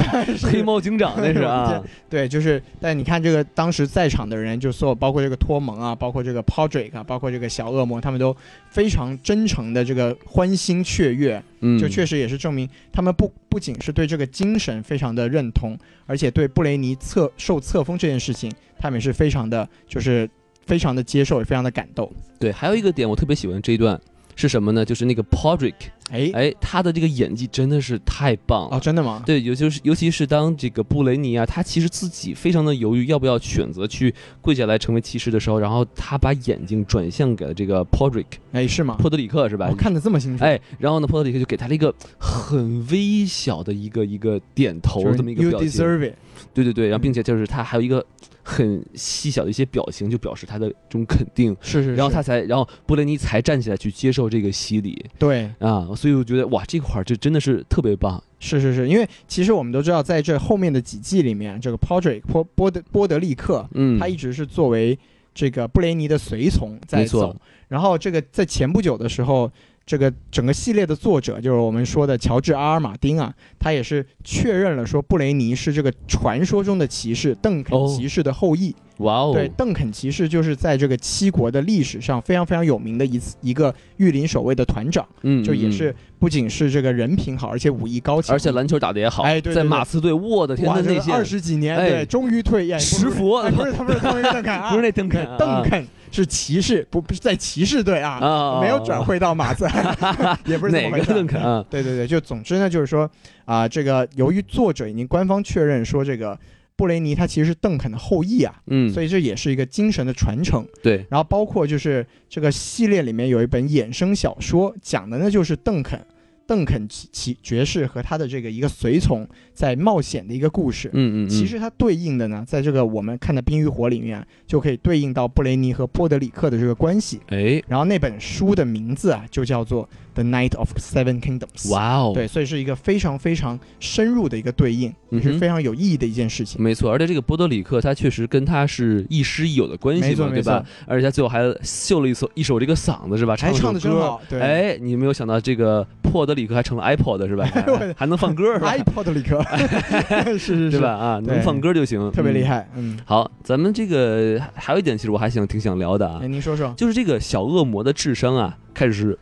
[SPEAKER 1] 黑猫警长那是啊，
[SPEAKER 2] *laughs* 对，就是，但你看这个当时在场的人，就所有包括这个托蒙啊，包括这个 Podrick 啊，包括这个小恶魔，他们都非常真诚的这个欢欣雀跃，
[SPEAKER 1] 嗯，
[SPEAKER 2] 就确实也是证明他们不不仅是对这个精神非常的认同，而且对布雷尼册受册封这件事情，他们也是非常的就是非常的接受，也非常的感动。
[SPEAKER 1] 对。还有一个点我特别喜欢这一段是什么呢？就是那个 Podrick，
[SPEAKER 2] 哎，
[SPEAKER 1] 哎，他的这个演技真的是太棒
[SPEAKER 2] 哦，
[SPEAKER 1] 了。
[SPEAKER 2] 真的吗？
[SPEAKER 1] 对，尤其是尤其是当这个布雷尼啊，他其实自己非常的犹豫，要不要选择去跪下来成为骑士的时候，然后他把眼睛转向给了这个 Podrick
[SPEAKER 2] 哎，是吗？
[SPEAKER 1] 波德里克是吧？
[SPEAKER 2] 我看的这么清楚，
[SPEAKER 1] 哎，然后呢，波德里克就给他了一个很微小的一个一个点头
[SPEAKER 2] 就是
[SPEAKER 1] 这么一个
[SPEAKER 2] You
[SPEAKER 1] 表情，
[SPEAKER 2] deserve it。
[SPEAKER 1] 对对对，然后
[SPEAKER 2] 嗯
[SPEAKER 1] 并且就是他还有一个很细小的一些表情，就表示他的这种肯定，
[SPEAKER 2] 是是
[SPEAKER 1] 然后他才，然后布雷尼才站起来去接受这个洗礼
[SPEAKER 2] 对，
[SPEAKER 1] 啊，所以我觉得哇，这块儿这真的是特别棒，
[SPEAKER 2] 是是是，因为其实我们都知道，在这后面的几季里面，这个 Podrick 波波德波德利克，
[SPEAKER 1] 嗯，
[SPEAKER 2] 他一直是作为这个布雷尼的随从在
[SPEAKER 1] 没错
[SPEAKER 2] 走。然后这个在前不久的时候，这个整个系列的作者就是我们说的乔治阿尔马丁啊，他也是确认了说布雷尼是这个传说中的骑士邓肯
[SPEAKER 1] 哦
[SPEAKER 2] 骑士的后裔。
[SPEAKER 1] 哇哦，
[SPEAKER 2] 对，邓肯骑士就是在这个七国的历史上非常非常有名的一次一个御林守卫的团长，
[SPEAKER 1] 嗯，
[SPEAKER 2] 就也
[SPEAKER 1] 嗯
[SPEAKER 2] 是不仅是这个人品好，而且武艺高强，
[SPEAKER 1] 而且篮球打得也好，
[SPEAKER 2] 哎对对
[SPEAKER 1] 在
[SPEAKER 2] 对
[SPEAKER 1] 马刺队，我的天，
[SPEAKER 2] 哇，
[SPEAKER 1] 那
[SPEAKER 2] 这
[SPEAKER 1] 内
[SPEAKER 2] 个
[SPEAKER 1] 线
[SPEAKER 2] 二十几年，
[SPEAKER 1] 哎
[SPEAKER 2] 对，终于退役，哎
[SPEAKER 1] 石佛
[SPEAKER 2] 不是不是哎不是他，不是他，不是邓肯
[SPEAKER 1] *laughs*
[SPEAKER 2] 啊，
[SPEAKER 1] 不是那邓肯，
[SPEAKER 2] 邓肯是骑士，不不是在骑士队啊，
[SPEAKER 1] 啊，
[SPEAKER 2] 没有转
[SPEAKER 1] 会，
[SPEAKER 2] 会到马刺，
[SPEAKER 1] *laughs*
[SPEAKER 2] 也不是这
[SPEAKER 1] 哪
[SPEAKER 2] 么
[SPEAKER 1] 个
[SPEAKER 2] 回
[SPEAKER 1] 邓
[SPEAKER 2] 事。
[SPEAKER 1] 肯啊？
[SPEAKER 2] 对对对，就总之呢，就是说啊、这个由于作者已经官方确认说这个布雷尼他其实是邓肯的后裔啊，
[SPEAKER 1] 嗯，
[SPEAKER 2] 所以这也是一个精神的传承。
[SPEAKER 1] 对，
[SPEAKER 2] 然后包括就是这个系列里面有一本衍生小说，讲的呢就是邓肯，邓肯骑骑爵士和他的这个一个随从在冒险的一个故事。
[SPEAKER 1] 嗯嗯，嗯
[SPEAKER 2] 其实它对应的呢，在这个我们看的《冰与火》里面，啊就可以对应到布雷尼和波德里克的这个关系。
[SPEAKER 1] 哎，
[SPEAKER 2] 然后那本书的名字啊，就叫做《The Night of Seven Kingdoms》。
[SPEAKER 1] 哇哦，
[SPEAKER 2] 对，所以是一个非常非常深入的一个对应，
[SPEAKER 1] 嗯
[SPEAKER 2] 也
[SPEAKER 1] 哼
[SPEAKER 2] 是非常有意义的一件事情。
[SPEAKER 1] 没错，而且这个波多里克他确实跟他是亦师亦友的关系
[SPEAKER 2] 没错
[SPEAKER 1] 嘛，
[SPEAKER 2] 没
[SPEAKER 1] 对吧？而且他最后还秀了一首一首这个嗓子是吧？
[SPEAKER 2] 还唱
[SPEAKER 1] 唱
[SPEAKER 2] 的
[SPEAKER 1] 的
[SPEAKER 2] 真。好，对。 *laughs*
[SPEAKER 1] 哎，你没有想到这个破德里克还成了 iPod 是吧？
[SPEAKER 2] 哎
[SPEAKER 1] 还还能放歌是吧？
[SPEAKER 2] iPod 哎
[SPEAKER 1] *laughs*
[SPEAKER 2] 里克，是是是，
[SPEAKER 1] 对吧？？啊，
[SPEAKER 2] 对
[SPEAKER 1] 能放歌就行，
[SPEAKER 2] 特别厉
[SPEAKER 1] 嗯。
[SPEAKER 2] 害，嗯。
[SPEAKER 1] 好，咱们这个还还有一点，其实我还想挺想聊的啊
[SPEAKER 2] 哎，，您说说，
[SPEAKER 1] 就是这个小恶魔的智商啊，开始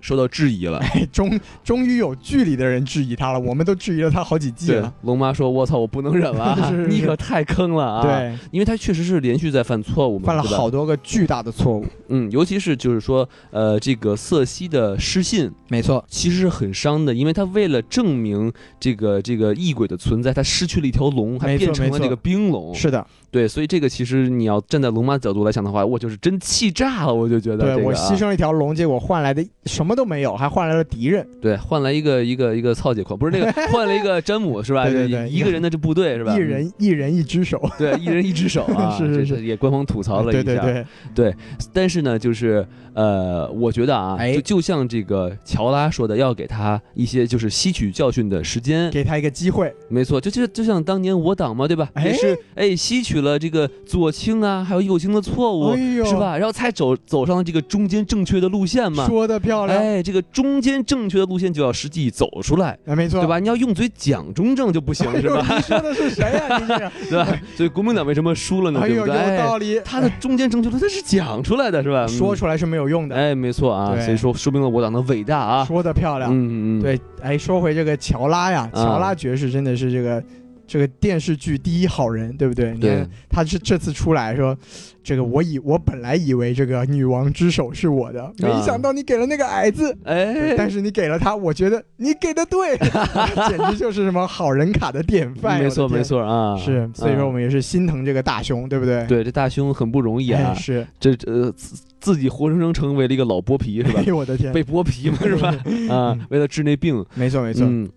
[SPEAKER 1] 受到质疑了。
[SPEAKER 2] 哎，终终于有剧里的人质疑他了，我们都质疑了他好几季
[SPEAKER 1] 对
[SPEAKER 2] 了。，
[SPEAKER 1] 龙妈说：“我操，我不能忍了啊
[SPEAKER 2] 啊 *laughs* 是是，是
[SPEAKER 1] 你可太坑了啊！”，
[SPEAKER 2] 对，
[SPEAKER 1] 因为他确实是连续在犯错误嘛，
[SPEAKER 2] 犯了
[SPEAKER 1] 对吧
[SPEAKER 2] 好多个巨大的错误。
[SPEAKER 1] 嗯，尤其是就是说，呃，这个瑟西的失信
[SPEAKER 2] 没错，
[SPEAKER 1] 其实是很伤的，因为他为了证明这个这个异鬼的存在，他失去了一条龙，还
[SPEAKER 2] 没错
[SPEAKER 1] 变成
[SPEAKER 2] 没
[SPEAKER 1] 了
[SPEAKER 2] 错
[SPEAKER 1] 这个冰龙。
[SPEAKER 2] 是的，
[SPEAKER 1] 对，所以这个其实你要站在龙妈的角度来想的话，我就是真气炸了，我就觉得、这
[SPEAKER 2] 对
[SPEAKER 1] 个啊、
[SPEAKER 2] 我牺牲了一条龙，结果换来的什么都没有，还换来了敌人。
[SPEAKER 1] 对换来一个一个一个操姐狂，不是那
[SPEAKER 2] *laughs*
[SPEAKER 1] 个换了一个詹姆是吧？
[SPEAKER 2] 对对
[SPEAKER 1] 就是
[SPEAKER 2] 对
[SPEAKER 1] 一个人的这部队是吧？
[SPEAKER 2] 一人一人一只手，
[SPEAKER 1] 嗯对一人一只手啊，
[SPEAKER 2] *laughs* 是是
[SPEAKER 1] 这
[SPEAKER 2] 是
[SPEAKER 1] 也官方吐槽了一下。
[SPEAKER 2] 对对对，
[SPEAKER 1] 但是呢，就是呃，我觉得啊，
[SPEAKER 2] 哎
[SPEAKER 1] 就就像这个乔拉说的，要给他一些就是吸取教训的时间。
[SPEAKER 2] 给他一个机会，
[SPEAKER 1] 没错，就就就像当年我党嘛，对吧？
[SPEAKER 2] 哎
[SPEAKER 1] 也是哎，吸取了这个左倾啊，还有右倾的错误，
[SPEAKER 2] 哎呦
[SPEAKER 1] 是吧？然后才走走上了这个中间正确的路线嘛。
[SPEAKER 2] 说的漂亮，
[SPEAKER 1] 哎，这个中间正确的路线就要实际走出来，
[SPEAKER 2] 哎，没错，
[SPEAKER 1] 对？吧？你要用嘴讲中正就不行，
[SPEAKER 2] 哎
[SPEAKER 1] 是
[SPEAKER 2] *laughs* 呦，
[SPEAKER 1] 吧？
[SPEAKER 2] 您说的是谁
[SPEAKER 1] *laughs*
[SPEAKER 2] 呀？您这个，
[SPEAKER 1] 对吧？所以国民党为什么输了呢？
[SPEAKER 2] 哎
[SPEAKER 1] 对
[SPEAKER 2] 呦，
[SPEAKER 1] 不对？
[SPEAKER 2] 有
[SPEAKER 1] 哎
[SPEAKER 2] 道理，哎
[SPEAKER 1] 他的中间正确路它是讲出来的，是吧？嗯
[SPEAKER 2] 说出来是没有用的，
[SPEAKER 1] 哎，没错啊，
[SPEAKER 2] 对
[SPEAKER 1] 所以说说明了我党的伟大啊。
[SPEAKER 2] 说的漂亮。
[SPEAKER 1] 嗯嗯，嗯，
[SPEAKER 2] 对，哎，说回这个乔拉呀，
[SPEAKER 1] 嗯
[SPEAKER 2] 乔拉爵士真的是这个这个电视剧第一好人，对不对？你
[SPEAKER 1] 对
[SPEAKER 2] 看，他这这次出来说，这个我以我本来以为这个女王之手是我的，没
[SPEAKER 1] 啊
[SPEAKER 2] 想到你给了那个
[SPEAKER 1] *laughs*
[SPEAKER 2] 矮子。对
[SPEAKER 1] 哎，
[SPEAKER 2] 但是你给了他，我觉得你给的对， *laughs* 简直就是什么好人卡的典范。
[SPEAKER 1] 没错
[SPEAKER 2] 哎我的
[SPEAKER 1] 没
[SPEAKER 2] 天，
[SPEAKER 1] 错啊，
[SPEAKER 2] 是，所以说我
[SPEAKER 1] 们
[SPEAKER 2] 们也是心疼这个大胸，对不对？
[SPEAKER 1] 对这大胸很不容易
[SPEAKER 2] 哎，
[SPEAKER 1] 啊，
[SPEAKER 2] 是，
[SPEAKER 1] 这呃自自己活生生成为了一个老剥皮是吧
[SPEAKER 2] 哎 *laughs* 哎？呦我的天， *laughs*
[SPEAKER 1] 被剥皮嘛是吧？啊，为了治那病，
[SPEAKER 2] 没错没错，
[SPEAKER 1] 嗯。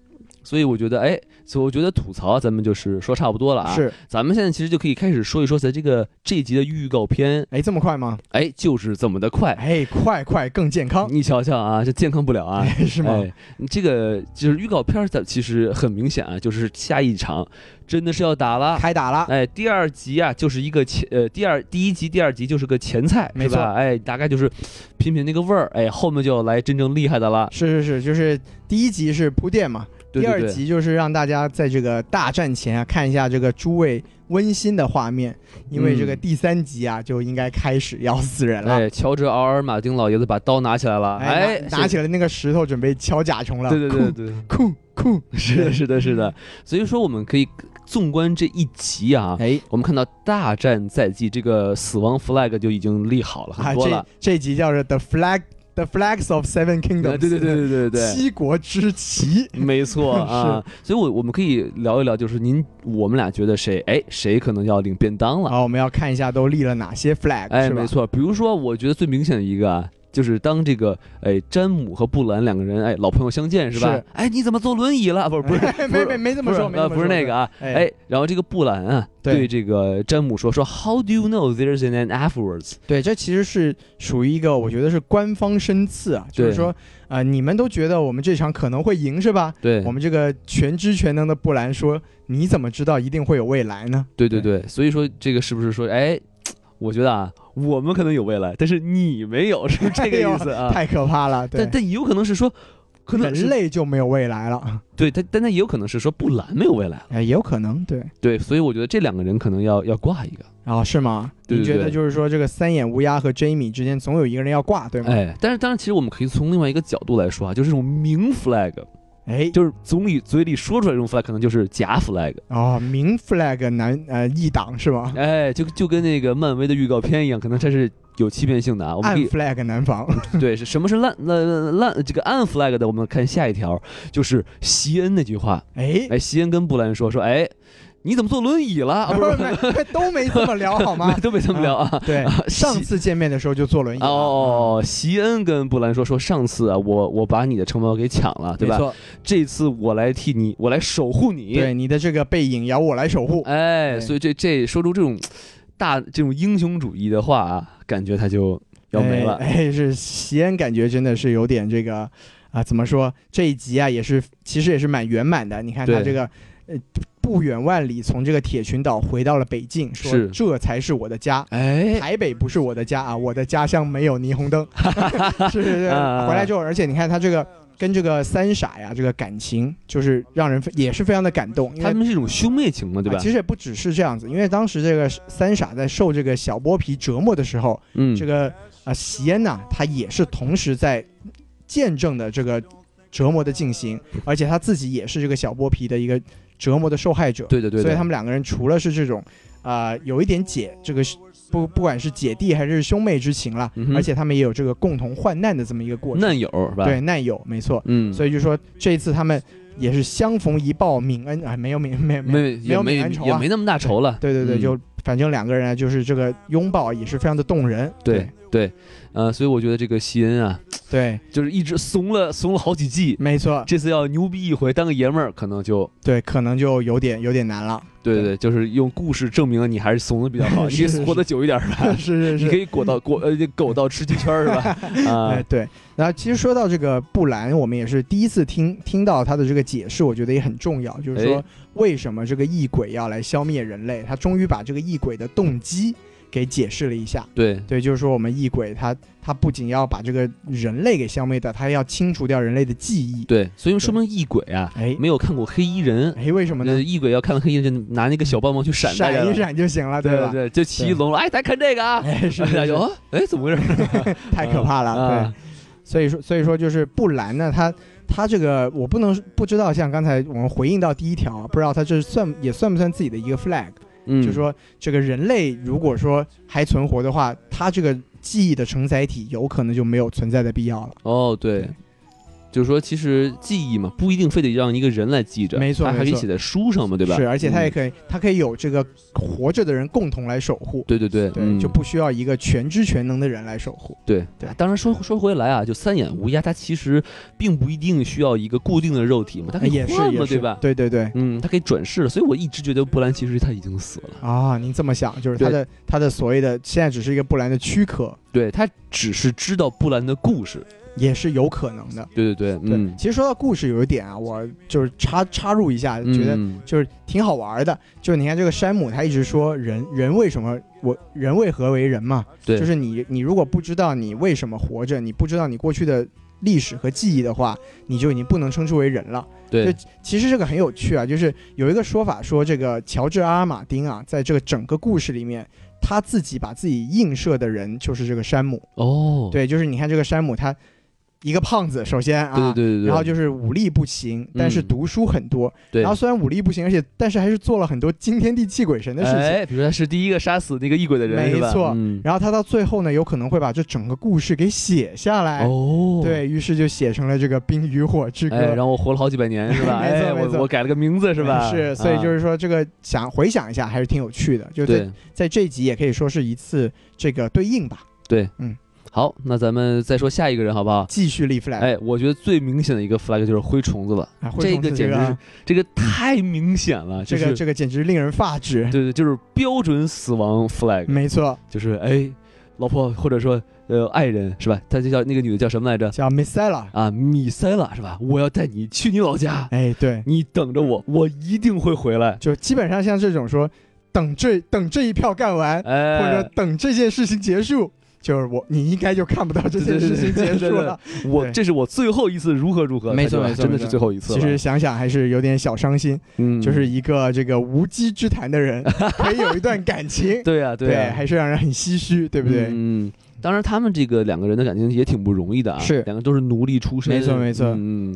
[SPEAKER 1] 所以我觉得，哎，所以我觉得吐槽咱们就是说差不多了啊。，
[SPEAKER 2] 是，
[SPEAKER 1] 咱们现在其实就可以开始说一说咱这个这集的预告片，
[SPEAKER 2] 哎，这么快吗？
[SPEAKER 1] 哎，就是这么的快。
[SPEAKER 2] 哎，快快更健康，
[SPEAKER 1] 你瞧瞧啊，这健康不了啊。
[SPEAKER 2] 哎， *laughs* 是吗？
[SPEAKER 1] 哎，这个就是预告片儿，咱其实很明显啊，就是下一场真的是要打了。
[SPEAKER 2] 开打了，
[SPEAKER 1] 哎，第二集啊，就是一个前呃，第二第一集、第二集就是个前菜，
[SPEAKER 2] 没
[SPEAKER 1] 是吧
[SPEAKER 2] 错
[SPEAKER 1] 哎，大概就是品品那个味儿，哎，后面就要来真正厉害的了。
[SPEAKER 2] 是是是，就是第一集是铺垫嘛，
[SPEAKER 1] 对对
[SPEAKER 2] 第
[SPEAKER 1] 对
[SPEAKER 2] 二集就是让大家在这个大战前啊看一下这个诸位温馨的画面，因为这个
[SPEAKER 1] 嗯
[SPEAKER 2] 第三集啊就应该开始要死人了。
[SPEAKER 1] 哎，乔治·奥尔马丁老爷子把刀拿起来了，哎，
[SPEAKER 2] 拿拿起了那个石头准备敲甲虫了，
[SPEAKER 1] 对对对对， *laughs*
[SPEAKER 2] 酷酷 *laughs* 酷，
[SPEAKER 1] 是的，是的，是的。所以说，我们可以纵观这一集啊，
[SPEAKER 2] 哎
[SPEAKER 1] 我们看到大战在即，这个死亡 flag 就已经立好了
[SPEAKER 2] 啊，
[SPEAKER 1] 很多了
[SPEAKER 2] 这。这集叫做 The Flag The Flags of Seven
[SPEAKER 1] 对
[SPEAKER 2] Kingdoms，
[SPEAKER 1] 呃对对对对对对。
[SPEAKER 2] 七国之旗，
[SPEAKER 1] *laughs* 没错啊，所以我，我们可以聊一聊，就是您我们俩觉得谁，哎，谁可能要领便当了？
[SPEAKER 2] 好，我们要看一下都立了哪些 flag，
[SPEAKER 1] 哎，
[SPEAKER 2] 是吧
[SPEAKER 1] 没，
[SPEAKER 2] *laughs*
[SPEAKER 1] 错，比如说，我觉得最明显的一个啊，就是当这个哎詹姆和布兰两个人哎老朋友相见是吧？
[SPEAKER 2] 是，
[SPEAKER 1] 哎，你怎么坐轮椅了？不是不是
[SPEAKER 2] *laughs* 没没没这
[SPEAKER 1] 这
[SPEAKER 2] 么说，没这
[SPEAKER 1] 呃，
[SPEAKER 2] 么
[SPEAKER 1] 不是
[SPEAKER 2] 说
[SPEAKER 1] 那个，啊，
[SPEAKER 2] 哎
[SPEAKER 1] 哎，然后这个布兰啊
[SPEAKER 2] 对
[SPEAKER 1] 对这个詹姆说说，How do you know there's an end afterwards？
[SPEAKER 2] 对，这其实是属于一个我觉得是官方深刺啊，就是
[SPEAKER 1] 对
[SPEAKER 2] 说，呃，你们都觉得我们这场可能会赢是吧？
[SPEAKER 1] 对
[SPEAKER 2] 我，们这个全知全能的布兰说，你怎么知道一定会有未来呢？
[SPEAKER 1] 对对对，所以说这个是不是说，哎，我觉得啊，我们可能有未来，但是你没有，是不是这个意思啊？
[SPEAKER 2] 哎太可怕了，对
[SPEAKER 1] 但，但也有可能是说，可能
[SPEAKER 2] 人
[SPEAKER 1] 是
[SPEAKER 2] 类就没有未来了，
[SPEAKER 1] 对，但但但也有可能是说布兰没有未来了，
[SPEAKER 2] 哎，也有可能，对，
[SPEAKER 1] 对，所以我觉得这两个人可能要要挂一个。
[SPEAKER 2] 啊，是吗？
[SPEAKER 1] 对
[SPEAKER 2] 你
[SPEAKER 1] 对
[SPEAKER 2] 觉得
[SPEAKER 1] 对
[SPEAKER 2] 就是说，这个三眼乌鸦和 Jamie 之间总有一个人要挂，对吗？
[SPEAKER 1] 哎，但是当然，其实我们可以从另外一个角度来说啊，就是这种明 flag，
[SPEAKER 2] 哎，
[SPEAKER 1] 就是总理嘴里说出来这种 flag，可能就是假 flag。
[SPEAKER 2] 哦，明 flag 难呃一党是吧？
[SPEAKER 1] 哎，就就跟那个漫威的预告片一样，可能它是有欺骗性的啊。我们
[SPEAKER 2] 暗
[SPEAKER 1] 可以嗯
[SPEAKER 2] flag 难防，
[SPEAKER 1] 对是什么是烂烂烂这个暗 flag 的？我们看下一条，就是席恩那句话。
[SPEAKER 2] 哎，
[SPEAKER 1] 哎，席恩跟布兰说说，哎，你怎么坐轮椅了？啊，不
[SPEAKER 2] *laughs*
[SPEAKER 1] 是，
[SPEAKER 2] 不是，都没这么
[SPEAKER 1] *laughs*
[SPEAKER 2] 聊好
[SPEAKER 1] 不
[SPEAKER 2] 吗
[SPEAKER 1] 是？都被他们聊啊。
[SPEAKER 2] *laughs* 对，上
[SPEAKER 1] 席
[SPEAKER 2] 次见面的时候就坐轮椅了
[SPEAKER 1] 哦哦，哦席恩跟布兰说说，上次啊，我我把你的城堡给抢了，对吧？
[SPEAKER 2] 嗯没错，
[SPEAKER 1] 这次我来替你，我来守护你。
[SPEAKER 2] 对你的这个背影要我来守护。
[SPEAKER 1] 哎，
[SPEAKER 2] 对
[SPEAKER 1] 所以这这说出这种大这种英雄主义的话啊，感觉他就要没了。
[SPEAKER 2] 哎，哎 *laughs* 是席恩感觉真的是有点这个啊，怎么说？这一集啊也是，其实也是蛮圆满的。你看他
[SPEAKER 1] 对
[SPEAKER 2] 这个呃不远万里从这个铁群岛回到了北境，说
[SPEAKER 1] 是
[SPEAKER 2] 这才是我的家。
[SPEAKER 1] 哎，
[SPEAKER 2] 台北不是我的家啊，我的家乡没有霓虹
[SPEAKER 1] *laughs*
[SPEAKER 2] 灯。是是是，
[SPEAKER 1] 啊
[SPEAKER 2] 回来之后，而且你看他这个跟这个三傻呀，这个感情就是让人非也是非常的感动，因
[SPEAKER 1] 他
[SPEAKER 2] 为
[SPEAKER 1] 们是一种兄妹情嘛，对吧？
[SPEAKER 2] 啊其实也不只是这样子，因为当时这个三傻在受这个小剥皮折磨的时候，
[SPEAKER 1] 嗯，
[SPEAKER 2] 这个啊席恩呐，他也是同时在见证的这个折磨的进行，而且他自己也是这个小剥皮的一个折磨的受害者。
[SPEAKER 1] 对的对的，
[SPEAKER 2] 所以他们两个人除了是这种啊、有一点姐这个是不不管是姐弟还是兄妹之情啦，
[SPEAKER 1] 嗯哼
[SPEAKER 2] 而且他们也有这个共同患难的这么一个过程。
[SPEAKER 1] 难友是吧？
[SPEAKER 2] 对，，难友没错。
[SPEAKER 1] 嗯，
[SPEAKER 2] 所以就说这一次他们也是相逢一报泯恩啊，没有泯没有没有。
[SPEAKER 1] 没也
[SPEAKER 2] 有
[SPEAKER 1] 没
[SPEAKER 2] 泯恩仇啊
[SPEAKER 1] 也没那么大仇了。
[SPEAKER 2] 对对对，
[SPEAKER 1] 嗯
[SPEAKER 2] 就反正两个人啊，就是这个拥抱也是非常的动人。
[SPEAKER 1] 对对，呃，所以我觉得这个席恩啊，
[SPEAKER 2] 对，
[SPEAKER 1] 就是一直怂了怂了好几季，
[SPEAKER 2] 没错，
[SPEAKER 1] 这次要牛逼一回，当个爷们儿可能就。
[SPEAKER 2] 对，可能就有点有点
[SPEAKER 1] *laughs*
[SPEAKER 2] 难了。
[SPEAKER 1] 对对，就是用故事证明了你还是怂的比较
[SPEAKER 2] *laughs*
[SPEAKER 1] 好，你
[SPEAKER 2] 是是
[SPEAKER 1] 活得久一点儿吧，
[SPEAKER 2] 是是
[SPEAKER 1] 你可以裹到裹呃狗到吃鸡圈儿是
[SPEAKER 2] *laughs*
[SPEAKER 1] 吧？啊
[SPEAKER 2] 哎，，对。然后其实说到这个布兰，我们也是第一次听听到他的这个解释，我觉得也很重要，就是说
[SPEAKER 1] 哎
[SPEAKER 2] 为什么这个异鬼要来消灭人类，他终于把这个异鬼的动机给解释了一下。
[SPEAKER 1] 对，
[SPEAKER 2] 对，就是说我们异鬼他他不仅要把这个人类给消灭掉，他要清除掉人类的记忆。
[SPEAKER 1] 对，所以说明异鬼啊，
[SPEAKER 2] 哎
[SPEAKER 1] 没有看过黑衣人，
[SPEAKER 2] 哎，为什么
[SPEAKER 1] 那
[SPEAKER 2] 呢？
[SPEAKER 1] 异鬼要看到黑衣人，就拿那个小棒棒去闪大家
[SPEAKER 2] 一
[SPEAKER 1] 了，
[SPEAKER 2] 闪就行了，
[SPEAKER 1] 对
[SPEAKER 2] 吧？
[SPEAKER 1] 对，就骑龙了，哎，大家看这个啊，
[SPEAKER 2] 哎，是是
[SPEAKER 1] 大家
[SPEAKER 2] 是
[SPEAKER 1] 就，啊哎，怎么
[SPEAKER 2] *laughs*
[SPEAKER 1] 回事？
[SPEAKER 2] 太可怕了，
[SPEAKER 1] *laughs*
[SPEAKER 2] 对。
[SPEAKER 1] 啊，
[SPEAKER 2] 所以说，所以说就是布兰呢，他他这个我不能不知道，像刚才我们回应到第一条，不知道他这算也算不算自己的一个 flag，、
[SPEAKER 1] 嗯，
[SPEAKER 2] 就说这个人类如果说还存活的话，他这个记忆的承载体有可能就没有存在的必要了。
[SPEAKER 1] 哦，对
[SPEAKER 2] 对，
[SPEAKER 1] 就是说其实记忆嘛，不一定非得让一个人来记着，
[SPEAKER 2] 没错
[SPEAKER 1] 他还可以
[SPEAKER 2] 没错
[SPEAKER 1] 写在书上嘛，对吧？
[SPEAKER 2] 是，而且他也
[SPEAKER 1] 嗯
[SPEAKER 2] 可以，他可以有这个活着的人共同来守护，
[SPEAKER 1] 对对对，
[SPEAKER 2] 对，
[SPEAKER 1] 嗯
[SPEAKER 2] 就不需要一个全知全能的人来守护。
[SPEAKER 1] 对
[SPEAKER 2] 对
[SPEAKER 1] 当然说说回来啊，就三眼无鸦，它其实并不一定需要一个固定的肉体嘛，它可以
[SPEAKER 2] 哎也是
[SPEAKER 1] 换嘛，
[SPEAKER 2] 也
[SPEAKER 1] 对
[SPEAKER 2] 是，
[SPEAKER 1] 吧？
[SPEAKER 2] 对对对。
[SPEAKER 1] 嗯，它可以转世，所以我一直觉得布兰其实他已经死了，
[SPEAKER 2] 啊，您这么想，就是他
[SPEAKER 1] 对
[SPEAKER 2] 的他的所谓的现在只是一个布兰的躯壳，
[SPEAKER 1] 对他只是知道布兰的故事，
[SPEAKER 2] 也是有可能的。
[SPEAKER 1] 对对对，
[SPEAKER 2] 对，
[SPEAKER 1] 嗯，
[SPEAKER 2] 其实说到故事有一点啊，我就是插插入一下，觉得
[SPEAKER 1] 嗯
[SPEAKER 2] 就是挺好玩的。就是你看这个山姆，他一直说人人为什么我人为何为人嘛，
[SPEAKER 1] 对，
[SPEAKER 2] 就是你你如果不知道你为什么活着，你不知道你过去的历史和记忆的话，你就已经不能称之为人了。
[SPEAKER 1] 对
[SPEAKER 2] 就其实这个很有趣啊，就是有一个说法说，这个乔治阿尔马丁啊，在这个整个故事里面，他自己把自己映射的人就是这个山姆。
[SPEAKER 1] 哦，
[SPEAKER 2] 对，就是你看这个山姆，他一个胖子，首先啊，
[SPEAKER 1] 对对对对对，嗯
[SPEAKER 2] 然后就是武力不行，但是读书很多。
[SPEAKER 1] 对
[SPEAKER 2] 然后虽然武力不行，而且但是还是做了很多惊天地泣鬼神的事情。
[SPEAKER 1] 哎，比如说他是第一个杀死那个异鬼的人，
[SPEAKER 2] 没
[SPEAKER 1] 是吧
[SPEAKER 2] 错
[SPEAKER 1] 嗯，
[SPEAKER 2] 然后他到最后呢，有可能会把这整个故事给写下来。
[SPEAKER 1] 哦，。
[SPEAKER 2] 哎对于是就写成了这个《冰与火之歌》
[SPEAKER 1] 哎，让我活了好几百年是吧？
[SPEAKER 2] *laughs* 没错
[SPEAKER 1] 哎，
[SPEAKER 2] 没错哎
[SPEAKER 1] 我我改了个名字是吧？啊
[SPEAKER 2] 是，所以就是是说，这个想回想一下，还是挺有趣的。就在
[SPEAKER 1] 对
[SPEAKER 2] 在这一集也可以说是一次这个对应吧，
[SPEAKER 1] 对，
[SPEAKER 2] 嗯，
[SPEAKER 1] 好，那咱们再说下一个人好不好？
[SPEAKER 2] 继续立 flag。
[SPEAKER 1] 哎，我觉得最明显的一个 flag 就是灰虫子了，
[SPEAKER 2] 啊灰
[SPEAKER 1] 这
[SPEAKER 2] 虫
[SPEAKER 1] 个
[SPEAKER 2] 子
[SPEAKER 1] 简直
[SPEAKER 2] 啊
[SPEAKER 1] 是这个太明显了，就
[SPEAKER 2] 这
[SPEAKER 1] 是
[SPEAKER 2] 个这个简直令人发指。
[SPEAKER 1] 对对，就是标准死亡 flag，
[SPEAKER 2] 没错，
[SPEAKER 1] 就是哎，老婆或者说呃爱人是吧？她就叫那个女的叫什么来着？
[SPEAKER 2] 叫 Missella。
[SPEAKER 1] 啊，米塞拉是吧？我要带你去你老家，
[SPEAKER 2] 哎，对，
[SPEAKER 1] 你等着我，我一定会回来。
[SPEAKER 2] 就基本上像这种说，等这等这一票干完，
[SPEAKER 1] 哎，
[SPEAKER 2] 或者等这件事情结束，就是我你应该就看不到这件事情结
[SPEAKER 1] 对对对对
[SPEAKER 2] 束了。
[SPEAKER 1] 我
[SPEAKER 2] 对
[SPEAKER 1] 这是我最后一次如何如何，
[SPEAKER 2] 没错
[SPEAKER 1] 他就
[SPEAKER 2] 没错
[SPEAKER 1] 真的
[SPEAKER 2] 没
[SPEAKER 1] 是
[SPEAKER 2] 错
[SPEAKER 1] 最后一次
[SPEAKER 2] 其
[SPEAKER 1] 了。
[SPEAKER 2] 实想想还是有点小伤心，
[SPEAKER 1] 嗯，
[SPEAKER 2] 就是一个这个无稽之谈的人，可以有一段感情，
[SPEAKER 1] 对呀，
[SPEAKER 2] 对，
[SPEAKER 1] 呀，
[SPEAKER 2] 还是让人很唏嘘，对不对？
[SPEAKER 1] 嗯，当然他们这个两个人的感情也挺不容易的啊，
[SPEAKER 2] 是
[SPEAKER 1] 两个都是奴隶出身，
[SPEAKER 2] 没错没错
[SPEAKER 1] 嗯，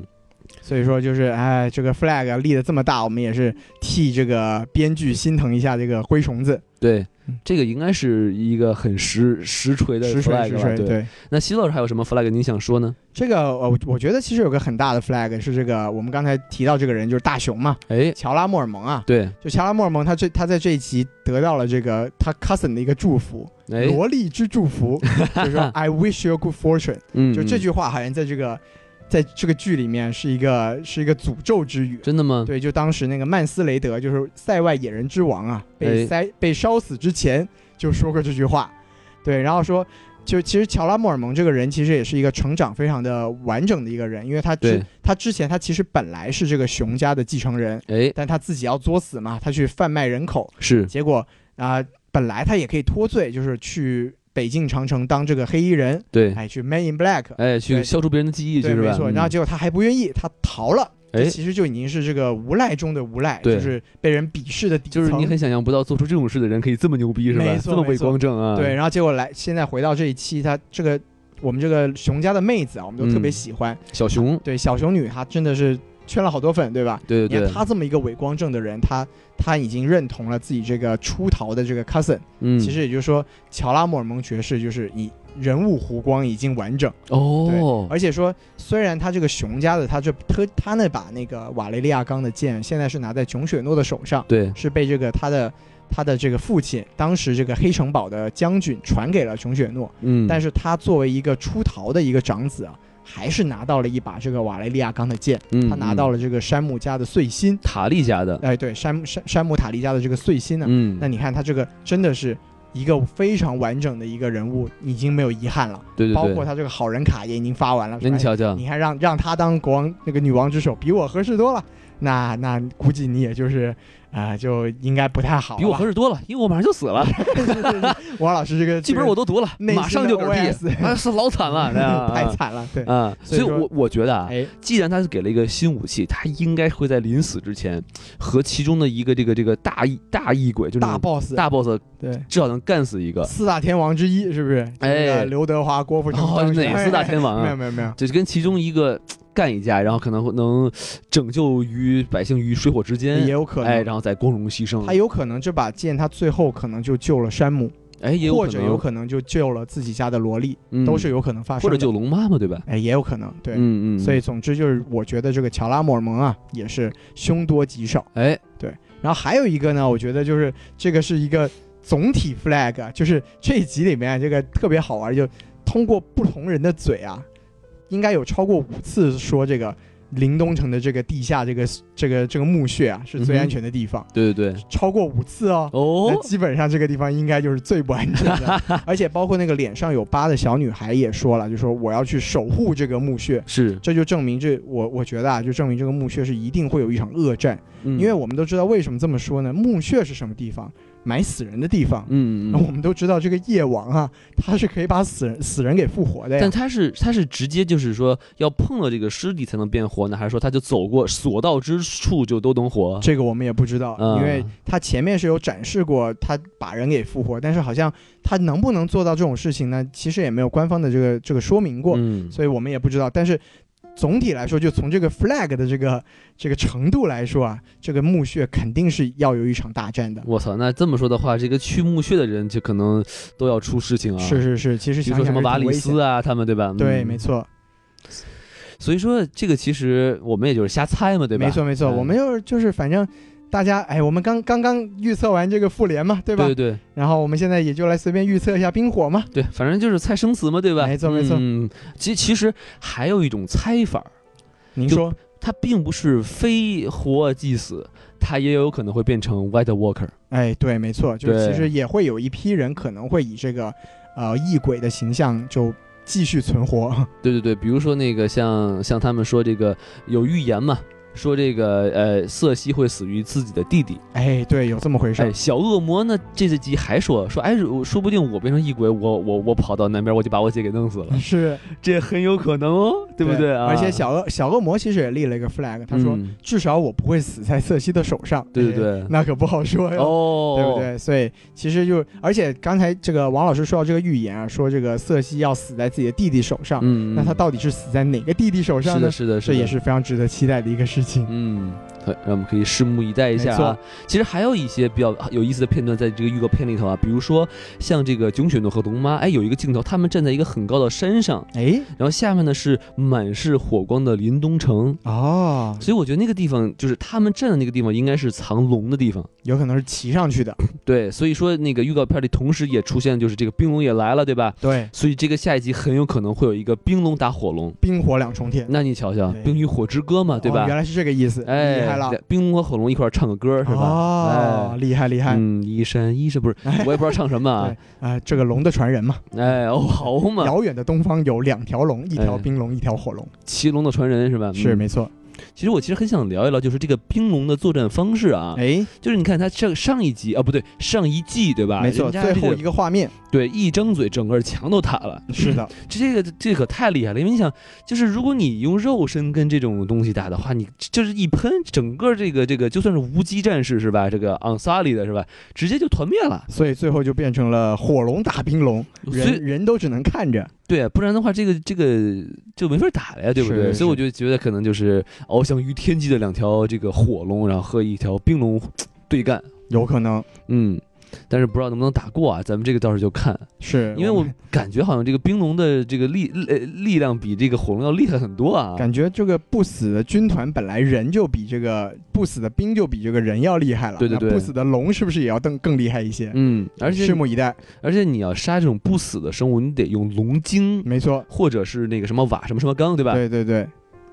[SPEAKER 2] 所以说就是，哎，这个 flag 立的这么大，我们也是替这个编剧心疼一下这个灰虫子，
[SPEAKER 1] 对
[SPEAKER 2] 嗯。
[SPEAKER 1] 这个应该是一个很实实锤的
[SPEAKER 2] 实锤
[SPEAKER 1] flag
[SPEAKER 2] 实
[SPEAKER 1] 吧？
[SPEAKER 2] 锤。
[SPEAKER 1] 对。
[SPEAKER 2] 对，
[SPEAKER 1] 那西老师还有什么 flag 您想说呢？
[SPEAKER 2] 这个呃我我觉得其实有个很大的 flag 是这个我们刚才提到这个人就是大熊嘛，
[SPEAKER 1] 哎，
[SPEAKER 2] 乔拉莫尔蒙啊，
[SPEAKER 1] 对，
[SPEAKER 2] 就乔拉莫尔蒙他这他在这一集得到了这个他 cousin 的一个祝福，
[SPEAKER 1] 哎，
[SPEAKER 2] 萝莉之
[SPEAKER 1] *laughs*
[SPEAKER 2] 祝福，就是说 I wish you good fortune，
[SPEAKER 1] 嗯，
[SPEAKER 2] 就这
[SPEAKER 1] 嗯
[SPEAKER 2] 句话好像在这个在这个剧里面是一个是一个诅咒之语，
[SPEAKER 1] 真的吗？
[SPEAKER 2] 对，就当时那个曼斯雷德，就是塞外野人之王啊，被
[SPEAKER 1] 哎
[SPEAKER 2] 塞、被烧死之前就说过这句话，对，然后说，就其实乔拉莫尔蒙这个人其实也是一个成长非常的完整的一个人，因为他之
[SPEAKER 1] 对
[SPEAKER 2] 他之前他其实本来是这个熊家的继承人，
[SPEAKER 1] 哎，
[SPEAKER 2] 但他自己要作死嘛，他去贩卖人口，
[SPEAKER 1] 是，
[SPEAKER 2] 结果啊、本来他也可以脱罪，就是去北境长城当这个黑衣人，
[SPEAKER 1] 对，
[SPEAKER 2] 哎，去 Man in Black，
[SPEAKER 1] 哎，
[SPEAKER 2] 对
[SPEAKER 1] 去消除别人的记忆去
[SPEAKER 2] 对，
[SPEAKER 1] 是
[SPEAKER 2] 没
[SPEAKER 1] 吧？
[SPEAKER 2] 错，
[SPEAKER 1] 嗯
[SPEAKER 2] 然后结果他还不愿意，他逃了。这
[SPEAKER 1] 哎，
[SPEAKER 2] 其实就已经是这个无赖中的无赖，
[SPEAKER 1] 对
[SPEAKER 2] 就是被人鄙视的底层。
[SPEAKER 1] 就是你很想象不到做出这种事的人可以这么牛逼是吧
[SPEAKER 2] 没？错
[SPEAKER 1] 这么
[SPEAKER 2] 没
[SPEAKER 1] 伪
[SPEAKER 2] 错
[SPEAKER 1] 光正啊？
[SPEAKER 2] 对，，然后结果来，现在回到这一期，他这个我们这个熊家的妹子啊，我们都特别
[SPEAKER 1] 嗯
[SPEAKER 2] 喜欢。
[SPEAKER 1] 小熊，
[SPEAKER 2] 对，小熊女她真的是圈了好多粉，对吧？
[SPEAKER 1] 对
[SPEAKER 2] 你看
[SPEAKER 1] 对对，
[SPEAKER 2] 她这么一个伪光正的人，她她已经认同了自己这个出逃的这个 cousin，、
[SPEAKER 1] 嗯，
[SPEAKER 2] 其实也就是说，乔拉莫尔蒙爵士就是以人物弧光已经完整，
[SPEAKER 1] 哦，
[SPEAKER 2] 而且说虽然他这个熊家的他这他他那把那个瓦雷利亚钢的剑现在是拿在琼雪诺的手上，
[SPEAKER 1] 对，
[SPEAKER 2] 是被这个他的他的这个父亲，当时这个黑城堡的将军传给了琼雪诺，
[SPEAKER 1] 嗯，
[SPEAKER 2] 但
[SPEAKER 1] 是
[SPEAKER 2] 是他作为一个出逃的一个长子啊，还是拿到了一把这个瓦雷利亚钢的剑，他拿到
[SPEAKER 1] 了
[SPEAKER 2] 了这个山姆家的碎心，
[SPEAKER 1] 嗯塔利家的，
[SPEAKER 2] 哎，对，山姆山山姆塔利家的这个碎心呢、啊
[SPEAKER 1] 嗯，
[SPEAKER 2] 那你看他这个真的是。一个非常完整的一个人物，已经没有遗憾了。
[SPEAKER 1] 对对对，
[SPEAKER 2] 包括他这个好人卡也已经发完了。
[SPEAKER 1] 那你
[SPEAKER 2] 是
[SPEAKER 1] 瞧
[SPEAKER 2] 吧
[SPEAKER 1] 瞧，
[SPEAKER 2] 你看让让他当国王那个女王之首，比我合适多了。那那估计你也就是啊、就应该不太好了。
[SPEAKER 1] 比我合
[SPEAKER 2] 适。
[SPEAKER 1] 适多了，因为我马上就死
[SPEAKER 2] *laughs*
[SPEAKER 1] 了，
[SPEAKER 2] 王老师这个
[SPEAKER 1] 剧本我都读了，
[SPEAKER 2] 内心
[SPEAKER 1] *laughs*
[SPEAKER 2] 的
[SPEAKER 1] 马上就嗝屁，
[SPEAKER 2] OS
[SPEAKER 1] 啊，是老惨了，这样
[SPEAKER 2] *laughs* 太惨了。对，
[SPEAKER 1] 啊！所以
[SPEAKER 2] 所以说
[SPEAKER 1] 我我觉得啊，
[SPEAKER 2] 哎，
[SPEAKER 1] 既然他是给了一个新武器，他应该会在临死之前和其中的一个这个这个大异大异鬼，就是那
[SPEAKER 2] 大
[SPEAKER 1] 种
[SPEAKER 2] boss，
[SPEAKER 1] 大 boss，
[SPEAKER 2] 对，
[SPEAKER 1] 至少能干死一个。
[SPEAKER 2] 四大天王之一是不是？
[SPEAKER 1] 哎哦
[SPEAKER 2] 那个刘德华、郭富城
[SPEAKER 1] 然后
[SPEAKER 2] 当时，
[SPEAKER 1] 哪四大天王
[SPEAKER 2] 哎？没有
[SPEAKER 1] 啊？
[SPEAKER 2] 没有没有，
[SPEAKER 1] 就是跟其中一个干一架，然后可能会能拯救于百姓于水火之间
[SPEAKER 2] 也，有可
[SPEAKER 1] 哎，
[SPEAKER 2] 能。
[SPEAKER 1] 然后再光荣牺牲。
[SPEAKER 2] 他有可能这把剑，他最后可能就救了山姆，
[SPEAKER 1] 哎，也有
[SPEAKER 2] 或
[SPEAKER 1] 可
[SPEAKER 2] 者
[SPEAKER 1] 能，
[SPEAKER 2] 有可能就救了自己家的萝莉，
[SPEAKER 1] 嗯
[SPEAKER 2] 都是有可能发生
[SPEAKER 1] 或
[SPEAKER 2] 的。
[SPEAKER 1] 者九龙妈妈对吧？
[SPEAKER 2] 哎，也有可能，对。
[SPEAKER 1] 嗯嗯，
[SPEAKER 2] 所以，总之就是，我觉得这个乔拉莫尔蒙啊，也是凶多吉少。
[SPEAKER 1] 哎，
[SPEAKER 2] 然后还有一个呢，我觉得就是这个是一个总体 flag，啊就是这一集里面啊这个特别好玩，就通过不同人的嘴啊，应该有超过五次说这个林东城的这个地下这个这个这个墓穴啊是
[SPEAKER 1] 嗯
[SPEAKER 2] 最安全的地方，
[SPEAKER 1] 对对对，
[SPEAKER 2] 超过五次哦。
[SPEAKER 1] 哦
[SPEAKER 2] 那，基本上这个地方应该就是最不安全
[SPEAKER 1] *laughs*
[SPEAKER 2] 的，而且包括那个脸上有疤的小女孩也说了，就说我要去守护这个墓穴，
[SPEAKER 1] 是，
[SPEAKER 2] 这就证明这我我觉得啊，就证明这个墓穴是一定会有一场恶战，
[SPEAKER 1] 因
[SPEAKER 2] 因为我们都知道为什么这么说呢？墓穴是什么地方？埋死人的地方。
[SPEAKER 1] 嗯嗯
[SPEAKER 2] 那我 *laughs*
[SPEAKER 1] 嗯，
[SPEAKER 2] 们都知道这个夜王啊，他是可以把死人死人给复活的呀
[SPEAKER 1] 但。他是他是直接就是说要碰到这个尸体才能变活呢，还是说他就走过所到之处就都能活？
[SPEAKER 2] 这个我们也不知道，
[SPEAKER 1] 嗯
[SPEAKER 2] 因为他前面是有展示过他把人给复活，但是好像他能不能做到这种事情呢？其实也没有官方的这个这个说明过，
[SPEAKER 1] 嗯，
[SPEAKER 2] 所以我们也不知道。但是总体来说，就从这个 flag 的这个这个程度来说啊，这个墓穴肯定是要有一场大战的。
[SPEAKER 1] 我操，那这么说的话，这个去墓穴的人就可能都要出事情啊。
[SPEAKER 2] 是，是是，其实
[SPEAKER 1] 比如
[SPEAKER 2] 想
[SPEAKER 1] 说什
[SPEAKER 2] 想
[SPEAKER 1] 么
[SPEAKER 2] 是
[SPEAKER 1] 瓦
[SPEAKER 2] 挺
[SPEAKER 1] 里
[SPEAKER 2] 危险
[SPEAKER 1] 斯啊，他们对吧？
[SPEAKER 2] 的，对，
[SPEAKER 1] 嗯
[SPEAKER 2] 没。错。
[SPEAKER 1] 所以说这个其实我们也就是瞎猜嘛，对吧？
[SPEAKER 2] 没错没错，
[SPEAKER 1] 嗯
[SPEAKER 2] 我们就是就是反正大家哎，我们刚刚刚预测完这个复联嘛，对吧？
[SPEAKER 1] 对对
[SPEAKER 2] 然后我们现在也就来随便预测一下冰火嘛。
[SPEAKER 1] 对，反正就是猜生死嘛，对吧？
[SPEAKER 2] 没错没错
[SPEAKER 1] 嗯，其其实还有一种猜法儿，
[SPEAKER 2] 您
[SPEAKER 1] 就
[SPEAKER 2] 说
[SPEAKER 1] 它并不是非活即死，它也有可能会变成 White Walker。
[SPEAKER 2] 哎，对，没错，就是
[SPEAKER 1] 对
[SPEAKER 2] 其实也会有一批人可能会以这个呃异鬼的形象就继续存活。 *laughs*
[SPEAKER 1] 对对对，比如说那个像像他们说这个有预言嘛，说这个呃瑟西会死于自己的弟弟。
[SPEAKER 2] 哎，对，有这么回事。
[SPEAKER 1] 哎，小恶魔呢这集还说说哎，如说不定我变成异鬼，我我我跑到南边我就把我姐给弄死
[SPEAKER 2] *laughs*
[SPEAKER 1] 了，
[SPEAKER 2] 是，
[SPEAKER 1] 这很有可能哦，对不对啊？
[SPEAKER 2] 而且小恶小恶魔其实也立了一个 flag，他说、
[SPEAKER 1] 嗯
[SPEAKER 2] 至少我不会死在瑟西的手上。
[SPEAKER 1] 对对
[SPEAKER 2] 哎
[SPEAKER 1] 对
[SPEAKER 2] 那可不好说哟。
[SPEAKER 1] 哦，
[SPEAKER 2] 对啊不？对？所以其实就，而且刚才这个王老师说到这个预言啊，说这个瑟西要死在自己的弟弟手上，
[SPEAKER 1] 嗯，
[SPEAKER 2] 那他到底是死在哪个弟弟手上
[SPEAKER 1] 是
[SPEAKER 2] 呢？
[SPEAKER 1] 的，是的，
[SPEAKER 2] 这也
[SPEAKER 1] 的。
[SPEAKER 2] 是非常值得期待的一个事情。
[SPEAKER 1] 嗯，好让我们可以拭目以待一下
[SPEAKER 2] 没
[SPEAKER 1] 啊
[SPEAKER 2] 错。
[SPEAKER 1] 其实还有一些比较有意思的片段在这个预告片里头啊，比如说像这个囧雪诺和龙妈，哎，有一个镜头，他们站在一个很高的山上，
[SPEAKER 2] 哎，
[SPEAKER 1] 然后下面呢是满是火光的林东城。
[SPEAKER 2] 哦，
[SPEAKER 1] 所以我觉得那个地方就是他们站的那个地方，应该是藏龙的地方。
[SPEAKER 2] 有可能是骑上去的。
[SPEAKER 1] 对，所以说那个预告片里同时也出现，就是这个冰龙也来了，对吧？
[SPEAKER 2] 对，
[SPEAKER 1] 所以这个下一集很有可能会有一个冰龙打火龙。
[SPEAKER 2] 冰火两重天，
[SPEAKER 1] 那你瞧瞧，《
[SPEAKER 2] 对
[SPEAKER 1] 冰与火之歌》嘛，嗯对吧？
[SPEAKER 2] 哦原来是这个意思，
[SPEAKER 1] 哎，
[SPEAKER 2] 厉害了。
[SPEAKER 1] 冰龙和火龙一块儿唱个歌是吧？
[SPEAKER 2] 哦，
[SPEAKER 1] 哎
[SPEAKER 2] 厉害厉害。哎
[SPEAKER 1] 嗯，一闪一闪不是，我也不知道唱什么
[SPEAKER 2] *laughs*
[SPEAKER 1] 啊。
[SPEAKER 2] 啊、这个龙的传人嘛，
[SPEAKER 1] 哎，哦，好嘛，
[SPEAKER 2] 遥远的东方有两条龙，一条
[SPEAKER 1] 哎
[SPEAKER 2] 冰龙，一条火龙，
[SPEAKER 1] 骑龙的传人是吧？
[SPEAKER 2] 是
[SPEAKER 1] 嗯
[SPEAKER 2] 没错。
[SPEAKER 1] 其实我其实很想聊一聊，就是这个冰龙的作战方式啊，
[SPEAKER 2] 哎，
[SPEAKER 1] 就是你看它上上一集啊，不对，上一季对吧？
[SPEAKER 2] 没错，
[SPEAKER 1] 啊人家
[SPEAKER 2] 最
[SPEAKER 1] 这
[SPEAKER 2] 后
[SPEAKER 1] 个
[SPEAKER 2] 一个
[SPEAKER 1] *laughs*
[SPEAKER 2] 画面，
[SPEAKER 1] 对一张嘴，整个墙都塌了。
[SPEAKER 2] 是的，
[SPEAKER 1] 这个这可太厉害了，因为你想，就是如果你用肉身跟这种东西打的话，你就是一喷，整个这个这个就算是无机战士是吧？这个昂萨里的是吧？直接就团灭了。
[SPEAKER 2] 所以最后就变成了火龙打冰龙，
[SPEAKER 1] 所以
[SPEAKER 2] 人人都只能看着。
[SPEAKER 1] 对，不然的话，这个这个就没法打了呀，对不对？
[SPEAKER 2] 是
[SPEAKER 1] 所以我就
[SPEAKER 2] 是
[SPEAKER 1] 觉得可能就是翱翔于天际的两条这个火龙，然后和一条冰龙对干，
[SPEAKER 2] 有可能
[SPEAKER 1] 嗯，但是不知道能不能打过啊？咱们这个到时候就看，
[SPEAKER 2] 是
[SPEAKER 1] 因为我感觉好像这个冰龙的这个力力力量比这个火龙要厉害很多啊。
[SPEAKER 2] 感觉这个不死的军团本来人就比这个不死的兵就比这个人要厉害了，
[SPEAKER 1] 对对
[SPEAKER 2] 那
[SPEAKER 1] 对
[SPEAKER 2] 不死的龙是不是也要更更厉害一些？
[SPEAKER 1] 嗯，而且
[SPEAKER 2] 拭目以待。
[SPEAKER 1] 而且你要杀这种不死的生物，你得用龙晶
[SPEAKER 2] 没错，
[SPEAKER 1] 或者是那个什么瓦什么什么钢，对吧？
[SPEAKER 2] 对对对，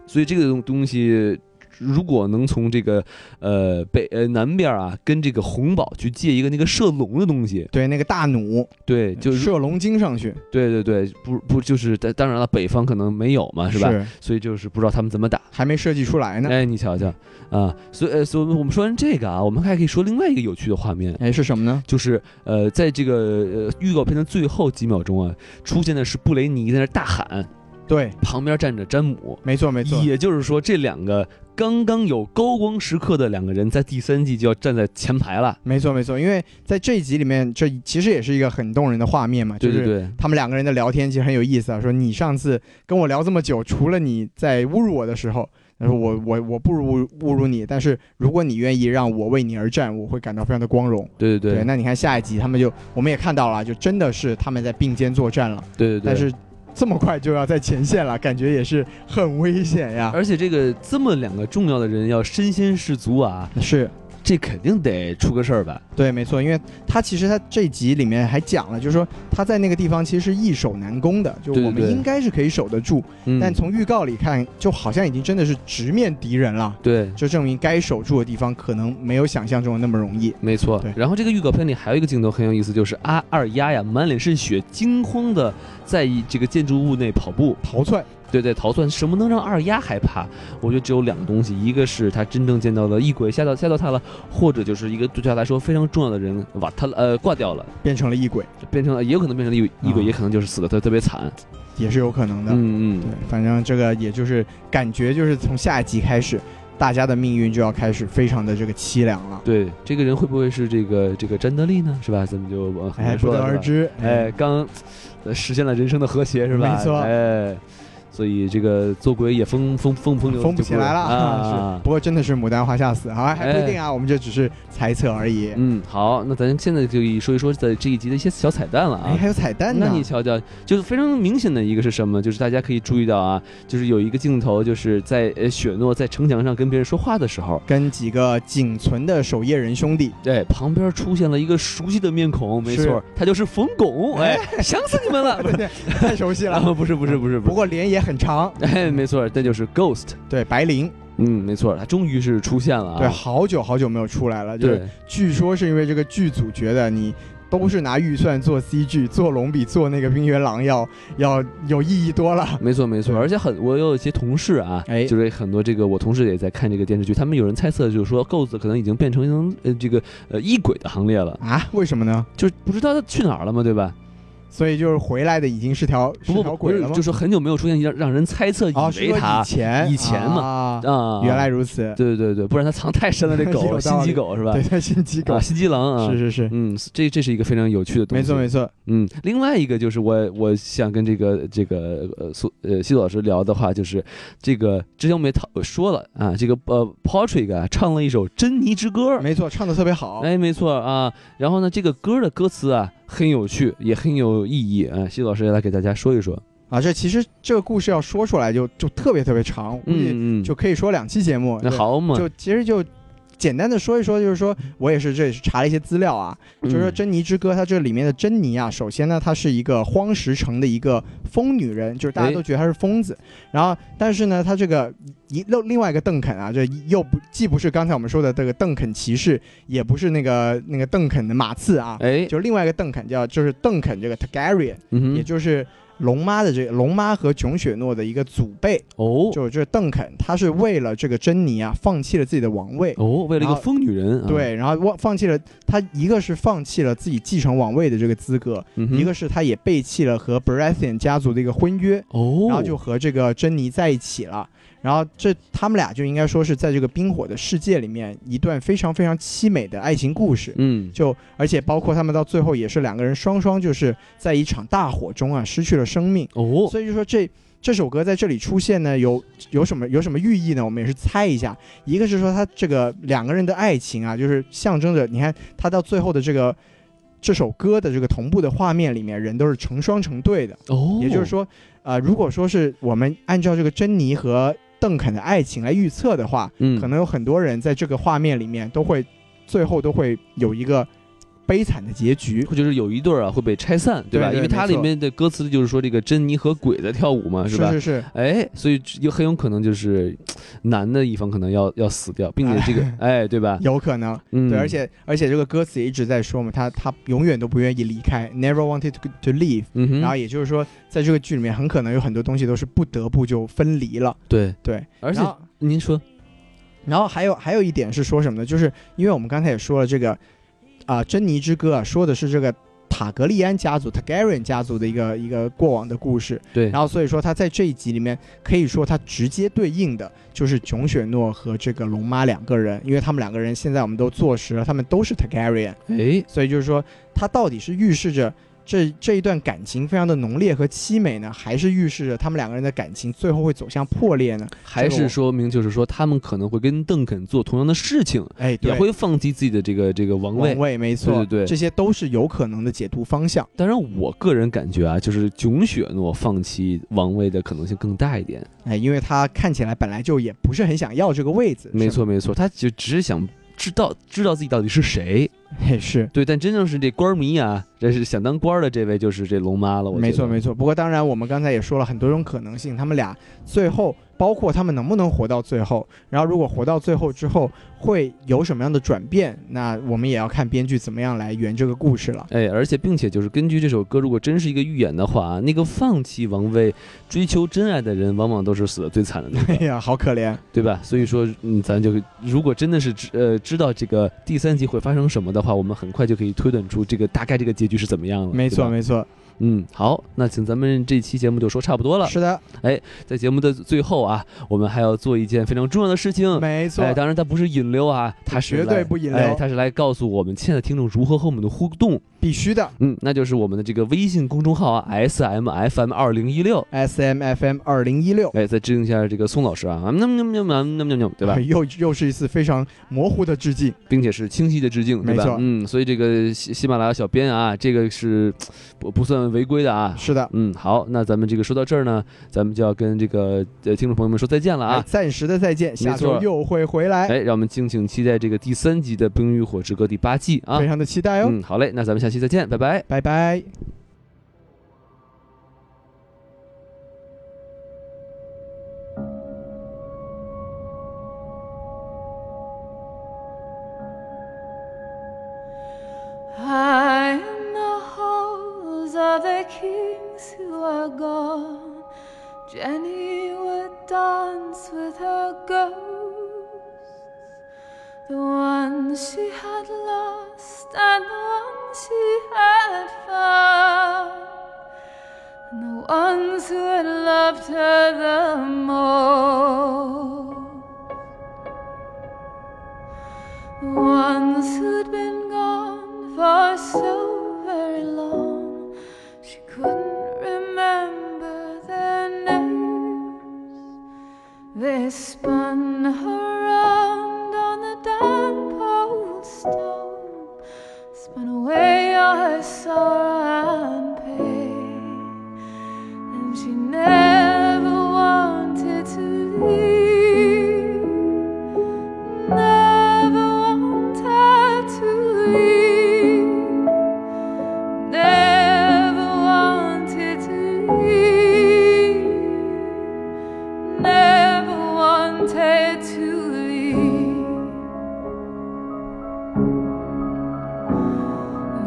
[SPEAKER 1] 所以这个东东西，如果能从这个呃北呃南边啊，跟这个红宝去借一个那个射龙的东西，
[SPEAKER 2] 对那个大弩
[SPEAKER 1] 对，就是
[SPEAKER 2] 射龙精上去
[SPEAKER 1] 对对对，不不就是当当然了，北方可能没有啊嘛，是吧？所以就是不知道他们怎么打。
[SPEAKER 2] 还没设计出来呢。
[SPEAKER 1] 哎，你瞧瞧啊，所以呃，所以我们说完这个啊，我们还可以说另外一个有趣的画面。
[SPEAKER 2] 哎，是什么呢？
[SPEAKER 1] 就是呃，在这个呃预告片的最后几秒钟啊，出现的是布雷尼在那儿大喊，
[SPEAKER 2] 对，
[SPEAKER 1] 旁边站着詹姆，
[SPEAKER 2] 没错没错，
[SPEAKER 1] 也就是说，这两个刚刚有高光时刻的两个人，在第三季就要站在前排了。
[SPEAKER 2] 没错没错，因为在这一集里面，这其实也是一个很动人的画面嘛，就
[SPEAKER 1] 对
[SPEAKER 2] 是
[SPEAKER 1] 对对，
[SPEAKER 2] 他们两个人的聊天其实很有意思啊，说你上次跟我聊这么久，除了你在侮辱我的时候，他说我我我不如侮辱你，但是如果你愿意让我为你而战，我会感到非常的光荣。
[SPEAKER 1] 对对
[SPEAKER 2] 那你看下一集他们就我们也看到了，就真的是他们在并肩作战了，
[SPEAKER 1] 对对对。
[SPEAKER 2] 但是这么快就要在前线了，感觉也是很危险呀。
[SPEAKER 1] 而且这个这么两个重要的人要身先士卒啊，
[SPEAKER 2] 是
[SPEAKER 1] 这肯定得出个事儿吧？
[SPEAKER 2] 对，没错，因为他其实他这集里面还讲了，就是说他在那个地方其实是易守难攻的，就
[SPEAKER 1] 对对
[SPEAKER 2] 我们
[SPEAKER 1] 对
[SPEAKER 2] 应该是可以守得住，
[SPEAKER 1] 嗯
[SPEAKER 2] 但从预告里看，就好像已经真的是直面敌人了。
[SPEAKER 1] 对，
[SPEAKER 2] 就证明该守住的地方可能没有想象中的那么容易。
[SPEAKER 1] 没错
[SPEAKER 2] 对。
[SPEAKER 1] 然后这个预告片里还有一个镜头很有意思，就是阿二丫呀满脸是血，惊慌的在这个建筑物内跑步，
[SPEAKER 2] 逃窜，
[SPEAKER 1] 对对，逃窜。什么能让二丫害怕？我觉得只有两个东西，一个是他真正见到了异鬼吓到吓到他了，或者就是一个对他来说非常重要的人瓦他呃挂掉了，
[SPEAKER 2] 变成了异鬼，
[SPEAKER 1] 变成了也有可能变成了异异鬼，
[SPEAKER 2] 啊
[SPEAKER 1] 也可能就是死的特特别惨。
[SPEAKER 2] 也是有可能的。
[SPEAKER 1] 嗯
[SPEAKER 2] 对
[SPEAKER 1] 嗯，，
[SPEAKER 2] 反正这个也就是感觉就是从下一集开始，大家的命运就要开始非常的这个凄凉了。
[SPEAKER 1] 对，这个人会不会是这个这个詹德利呢？是吧？咱们就呃很
[SPEAKER 2] 哎，
[SPEAKER 1] 难
[SPEAKER 2] 不
[SPEAKER 1] 说
[SPEAKER 2] 得
[SPEAKER 1] 了是
[SPEAKER 2] 而
[SPEAKER 1] 吧
[SPEAKER 2] 知。嗯
[SPEAKER 1] 哎，，刚呃实现了人生的和谐是吧？
[SPEAKER 2] 没错
[SPEAKER 1] 哎，所以这个做鬼也疯疯疯疯流
[SPEAKER 2] 疯不
[SPEAKER 1] 就
[SPEAKER 2] 起来了
[SPEAKER 1] 啊
[SPEAKER 2] 是。不过真的是牡丹花下死，好像还不一定
[SPEAKER 1] 哎
[SPEAKER 2] 啊，我们这只是猜测而已。
[SPEAKER 1] 嗯，好，那咱现在就说一说在这一集的一些小彩蛋了
[SPEAKER 2] 哎，
[SPEAKER 1] 啊。
[SPEAKER 2] 还有彩蛋呢
[SPEAKER 1] 那。你瞧瞧，就是非常明显的一个是什么？就是大家可以注意到啊，就是有一个镜头，就是在呃雪诺在城墙上跟别人说话的时候，
[SPEAKER 2] 跟几个仅存的守夜人 *laughs* 兄弟，
[SPEAKER 1] 对，旁边出现了一个熟悉的面孔，没
[SPEAKER 2] 是
[SPEAKER 1] 错，他就是冯巩，
[SPEAKER 2] *laughs*
[SPEAKER 1] 哎，想死你们了！不是，
[SPEAKER 2] 太熟悉了。
[SPEAKER 1] *laughs* 啊不是，不是，不是，不
[SPEAKER 2] 不
[SPEAKER 1] 是，
[SPEAKER 2] 过脸也很长，
[SPEAKER 1] 哎，没错，这就是 Ghost，
[SPEAKER 2] 对白灵，
[SPEAKER 1] 嗯，没错，他终于是出现了啊！
[SPEAKER 2] 对，好久好久没有出来了，就是
[SPEAKER 1] 对
[SPEAKER 2] 据说是因为这个剧组觉得你都是拿预算做 CG，做龙比做那个冰原狼要要有意义多了。
[SPEAKER 1] 没错没错，
[SPEAKER 2] 对
[SPEAKER 1] 而且很，我有一些同事啊，
[SPEAKER 2] 哎
[SPEAKER 1] 就是很多这个我同事也在看这个电视剧，他们有人猜测就是说，Ghost 可能已经变成呃这个呃异鬼的行列了，
[SPEAKER 2] 啊？为什么呢？
[SPEAKER 1] 就是不知道他去哪儿了嘛，对吧？
[SPEAKER 2] 所以就是回来的已经是条是
[SPEAKER 1] 不
[SPEAKER 2] 条
[SPEAKER 1] 不，
[SPEAKER 2] 鬼
[SPEAKER 1] 是
[SPEAKER 2] 了吗
[SPEAKER 1] 就？是很久没有出现让让人猜测以
[SPEAKER 2] 哦，是
[SPEAKER 1] 为
[SPEAKER 2] 说
[SPEAKER 1] 他
[SPEAKER 2] 以前
[SPEAKER 1] 以前嘛
[SPEAKER 2] 啊，
[SPEAKER 1] 啊，
[SPEAKER 2] 原来如此。
[SPEAKER 1] 对对对，不然他藏太深了，这
[SPEAKER 2] *laughs* 有道
[SPEAKER 1] 狗
[SPEAKER 2] 理
[SPEAKER 1] 心机狗是吧
[SPEAKER 2] 对，？他心机狗
[SPEAKER 1] 啊，，心机狼啊，
[SPEAKER 2] 是是是，
[SPEAKER 1] 嗯，这这是一个非常有趣的东
[SPEAKER 2] 没
[SPEAKER 1] 西，
[SPEAKER 2] 错没错。
[SPEAKER 1] 嗯，另外一个就是我我想跟这个这个呃苏呃西老师聊的话，就是这个之前我们也讨说了啊，这个呃 Patrick 啊唱了一首《珍妮之歌》，
[SPEAKER 2] 没错，唱的特别好，
[SPEAKER 1] 哎，没错啊。然后呢，这个歌的歌词啊很有趣，也很有意义啊。西老师也来给大家说一说，
[SPEAKER 2] 啊，这其实这个故事要说出来就就特别特别长，我估计
[SPEAKER 1] 嗯嗯，
[SPEAKER 2] 就可以说两期节目。
[SPEAKER 1] 那
[SPEAKER 2] 对
[SPEAKER 1] 好嘛，
[SPEAKER 2] 就其实就简单的说一说，就是说我也是这也是查了一些资料啊，
[SPEAKER 1] 嗯
[SPEAKER 2] 就是说珍妮之歌，它这里面的珍妮啊，首先呢，她是一个荒石城的一个疯女人，就是大家
[SPEAKER 1] 哎
[SPEAKER 2] 都觉得她是疯子，然后但是呢，她这个一另另外一个邓肯啊，这又不既不是刚才我们说的这个邓肯骑士，也不是那个那个邓肯的马刺啊，
[SPEAKER 1] 哎，
[SPEAKER 2] 就是另外一个邓肯叫就是邓肯这个 Targaryen，、
[SPEAKER 1] 嗯哼
[SPEAKER 2] 也就是。龙妈的这个龙妈和囧雪诺的一个祖辈，
[SPEAKER 1] 哦
[SPEAKER 2] 就就是邓肯，他是为了这个珍妮啊，放弃了自己的王位，
[SPEAKER 1] 哦，为了一
[SPEAKER 2] 然
[SPEAKER 1] 个
[SPEAKER 2] 后
[SPEAKER 1] 疯女人，啊，
[SPEAKER 2] 对，然后忘放弃了他，一个是放弃了自己继承王位的这个资格，
[SPEAKER 1] 嗯哼
[SPEAKER 2] 一个是他也背弃了和 Baratheon 家族的一个婚约，
[SPEAKER 1] 哦，
[SPEAKER 2] 然后就和这个珍妮在一起了。然后这他们俩就应该说是在这个冰火的世界里面一段非常非常凄美的爱情故事。
[SPEAKER 1] 嗯
[SPEAKER 2] 就而且包括他们到最后也是两个人双双就是在一场大火中啊失去了生命。
[SPEAKER 1] 哦，
[SPEAKER 2] 所以就说这这首歌在这里出现呢，有有什么有什么寓意呢？我们也是猜一下。一个是说他这个两个人的爱情啊，就是象征着你看他到最后的这个这首歌的这个同步的画面里面，人都是成双成对的。
[SPEAKER 1] 哦，
[SPEAKER 2] 也就是说，呃，如果说是我们按照这个珍妮和邓肯的爱情来预测的话，
[SPEAKER 1] 嗯，
[SPEAKER 2] 可能有很多人在这个画面里面都会最后都会有一个悲惨的结局。
[SPEAKER 1] 或者是有一对儿啊会被拆散，对吧？
[SPEAKER 2] 对对
[SPEAKER 1] 因为它
[SPEAKER 2] 没错
[SPEAKER 1] 里面的歌词就是说这个珍妮和鬼在跳舞嘛，
[SPEAKER 2] 是
[SPEAKER 1] 啊吧？
[SPEAKER 2] 是是，
[SPEAKER 1] 哎，所以有很有可能就是男的一方可能要要死掉，并且这个哎，对吧？
[SPEAKER 2] 有可能。
[SPEAKER 1] 嗯，
[SPEAKER 2] 对，而且而且这个歌词也一直在说嘛，他他永远都不愿意离开，never wanted to to leave、
[SPEAKER 1] 嗯哼，
[SPEAKER 2] 然后也就是说，在这个剧里面，很可能有很多东西都是不得不就分离了。
[SPEAKER 1] 对
[SPEAKER 2] 对，
[SPEAKER 1] 而且
[SPEAKER 2] 然后
[SPEAKER 1] 您说
[SPEAKER 2] 然后还有还有一点是说什么呢？就是因为我们刚才也说了这个啊，珍妮之歌》啊，说的是这个塔格利安家族 （Targaryen 家族）的一个一个过往的故事。
[SPEAKER 1] 对，
[SPEAKER 2] 然后所以说他在这一集里面，可以说他直接对应的就是囧雪诺和这个龙妈两个人，因为他们两个人现在我们都坐实了，他们都是 Targaryen。
[SPEAKER 1] 哎，
[SPEAKER 2] 所以就是说，它到底是预示着这这一段感情非常的浓烈和凄美呢，还是预示着他们两个人的感情最后会走向破裂呢？
[SPEAKER 1] 还
[SPEAKER 2] 这个
[SPEAKER 1] 是
[SPEAKER 2] 我
[SPEAKER 1] 说明就是说他们可能会跟邓肯做同样的事情，
[SPEAKER 2] 哎，对
[SPEAKER 1] 也会放弃自己的这个这个王位
[SPEAKER 2] 王。位，没错，
[SPEAKER 1] 对对对
[SPEAKER 2] 这些都是有可能的解读方向。
[SPEAKER 1] 当然，我个人感觉啊，就是囧雪诺放弃王位的可能性更大一点。
[SPEAKER 2] 哎，因为他看起来本来就也不是很想要这个位置，
[SPEAKER 1] 没
[SPEAKER 2] 是吗，
[SPEAKER 1] 错没错，他就只是想知道知道自己到底是谁。
[SPEAKER 2] *laughs* 嘿是。
[SPEAKER 1] 对，但真正是这官迷啊，这是想当官的这位就是这龙妈了。我
[SPEAKER 2] 没错没
[SPEAKER 1] 错，
[SPEAKER 2] 错，不过当然我们刚才也说了很多种可能性，他们俩最后包括他们能不能活到最后，然后如果活到最后之后会有什么样的转变，那我们也要看编剧怎么样来圆这个故事了。
[SPEAKER 1] 哎，而且并且就是根据这首歌，如果真是一个预言的话啊，那个放弃王位追求真爱的人，往往都是死的最惨的那
[SPEAKER 2] *laughs* 哎
[SPEAKER 1] 个，
[SPEAKER 2] 呀，好可怜！
[SPEAKER 1] 对吧？所以说，嗯，咱就如果真的是知呃知道这个第三集会发生什么的话，我们很快就可以推断出这个大概这个结局是怎么样了。
[SPEAKER 2] 没
[SPEAKER 1] 对
[SPEAKER 2] 错
[SPEAKER 1] 吧
[SPEAKER 2] 没错，
[SPEAKER 1] 嗯，好，那请咱们这期节目就说差不多了。
[SPEAKER 2] 是的，
[SPEAKER 1] 在节目的最后啊，我们还要做一件非常重要的事情。
[SPEAKER 2] 没错
[SPEAKER 1] 哎，，当然它不是引流啊，它是
[SPEAKER 2] 绝对
[SPEAKER 1] 来
[SPEAKER 2] 不引
[SPEAKER 1] 哎
[SPEAKER 2] 流
[SPEAKER 1] 它是来告诉我们亲爱的听众如何和我们的互动。
[SPEAKER 2] 必须的。
[SPEAKER 1] 嗯，那就是我们的这个微信公众号啊，S M F M 二零一六。
[SPEAKER 2] S M F M 二零一六，
[SPEAKER 1] 哎，再致敬一下这个宋老师啊，嗯嗯嗯嗯嗯嗯嗯，对吧？
[SPEAKER 2] 哎又又是一次非常模糊的致敬，
[SPEAKER 1] 并且是清晰的致敬，对
[SPEAKER 2] 没
[SPEAKER 1] 吧
[SPEAKER 2] 错？
[SPEAKER 1] 嗯，所以这个喜喜马拉雅小编啊，这个是不不算违规的啊。
[SPEAKER 2] 是的。
[SPEAKER 1] 嗯，好，那咱们这个说到这儿呢，咱们就要跟这个呃听众朋友们说再见了
[SPEAKER 2] 哎，
[SPEAKER 1] 啊。
[SPEAKER 2] 暂时的再见，下周
[SPEAKER 1] 错
[SPEAKER 2] 又会回来，
[SPEAKER 1] 哎，让我们敬请期待这个第三集的《冰与火之歌》第八季啊
[SPEAKER 2] 非。常的期待哦，
[SPEAKER 1] 嗯，好嘞，那咱们下期再见，拜拜。
[SPEAKER 2] 拜拜。
[SPEAKER 3] I am the halls of the kings who are gone. Jenny would dance with her ghosts, the ones she had lost and the ones she had found, and the ones who had loved her the most. The ones who'd been gone for so very long, she couldn't remember their names. They spun her round on the damp old stone, spun away all her sorrow and pain, and she never wanted to leave never wanted to leave. Never wanted to leave. Never wanted to leave.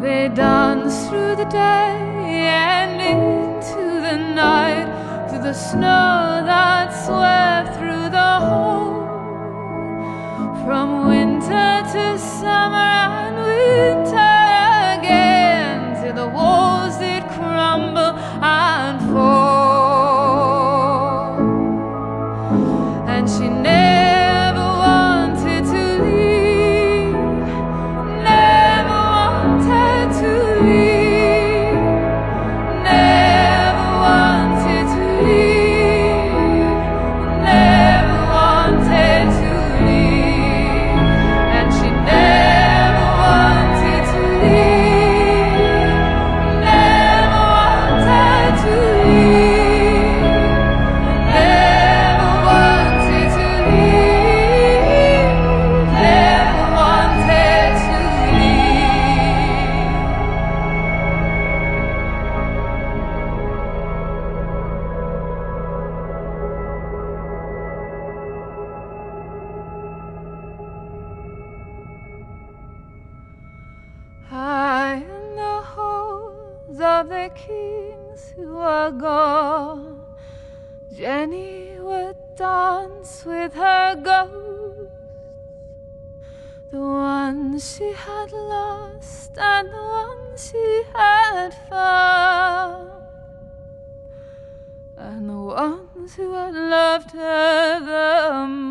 [SPEAKER 3] They danced through the day and into the night, through the snow that swept through the home. From winter to summer and winter again, till the walls did crumble and fall. And she never wanted to leave, never wanted to leave. Never wanted to leave. Never wanted to leave. And she never wanted to leave. Never wanted to leave. Never wanted to leave. Never wanted to leave. High in the halls of the kings who are gone, Jenny would dance with her ghosts, the ones she had lost and the ones she had found, and the ones who had loved her the most.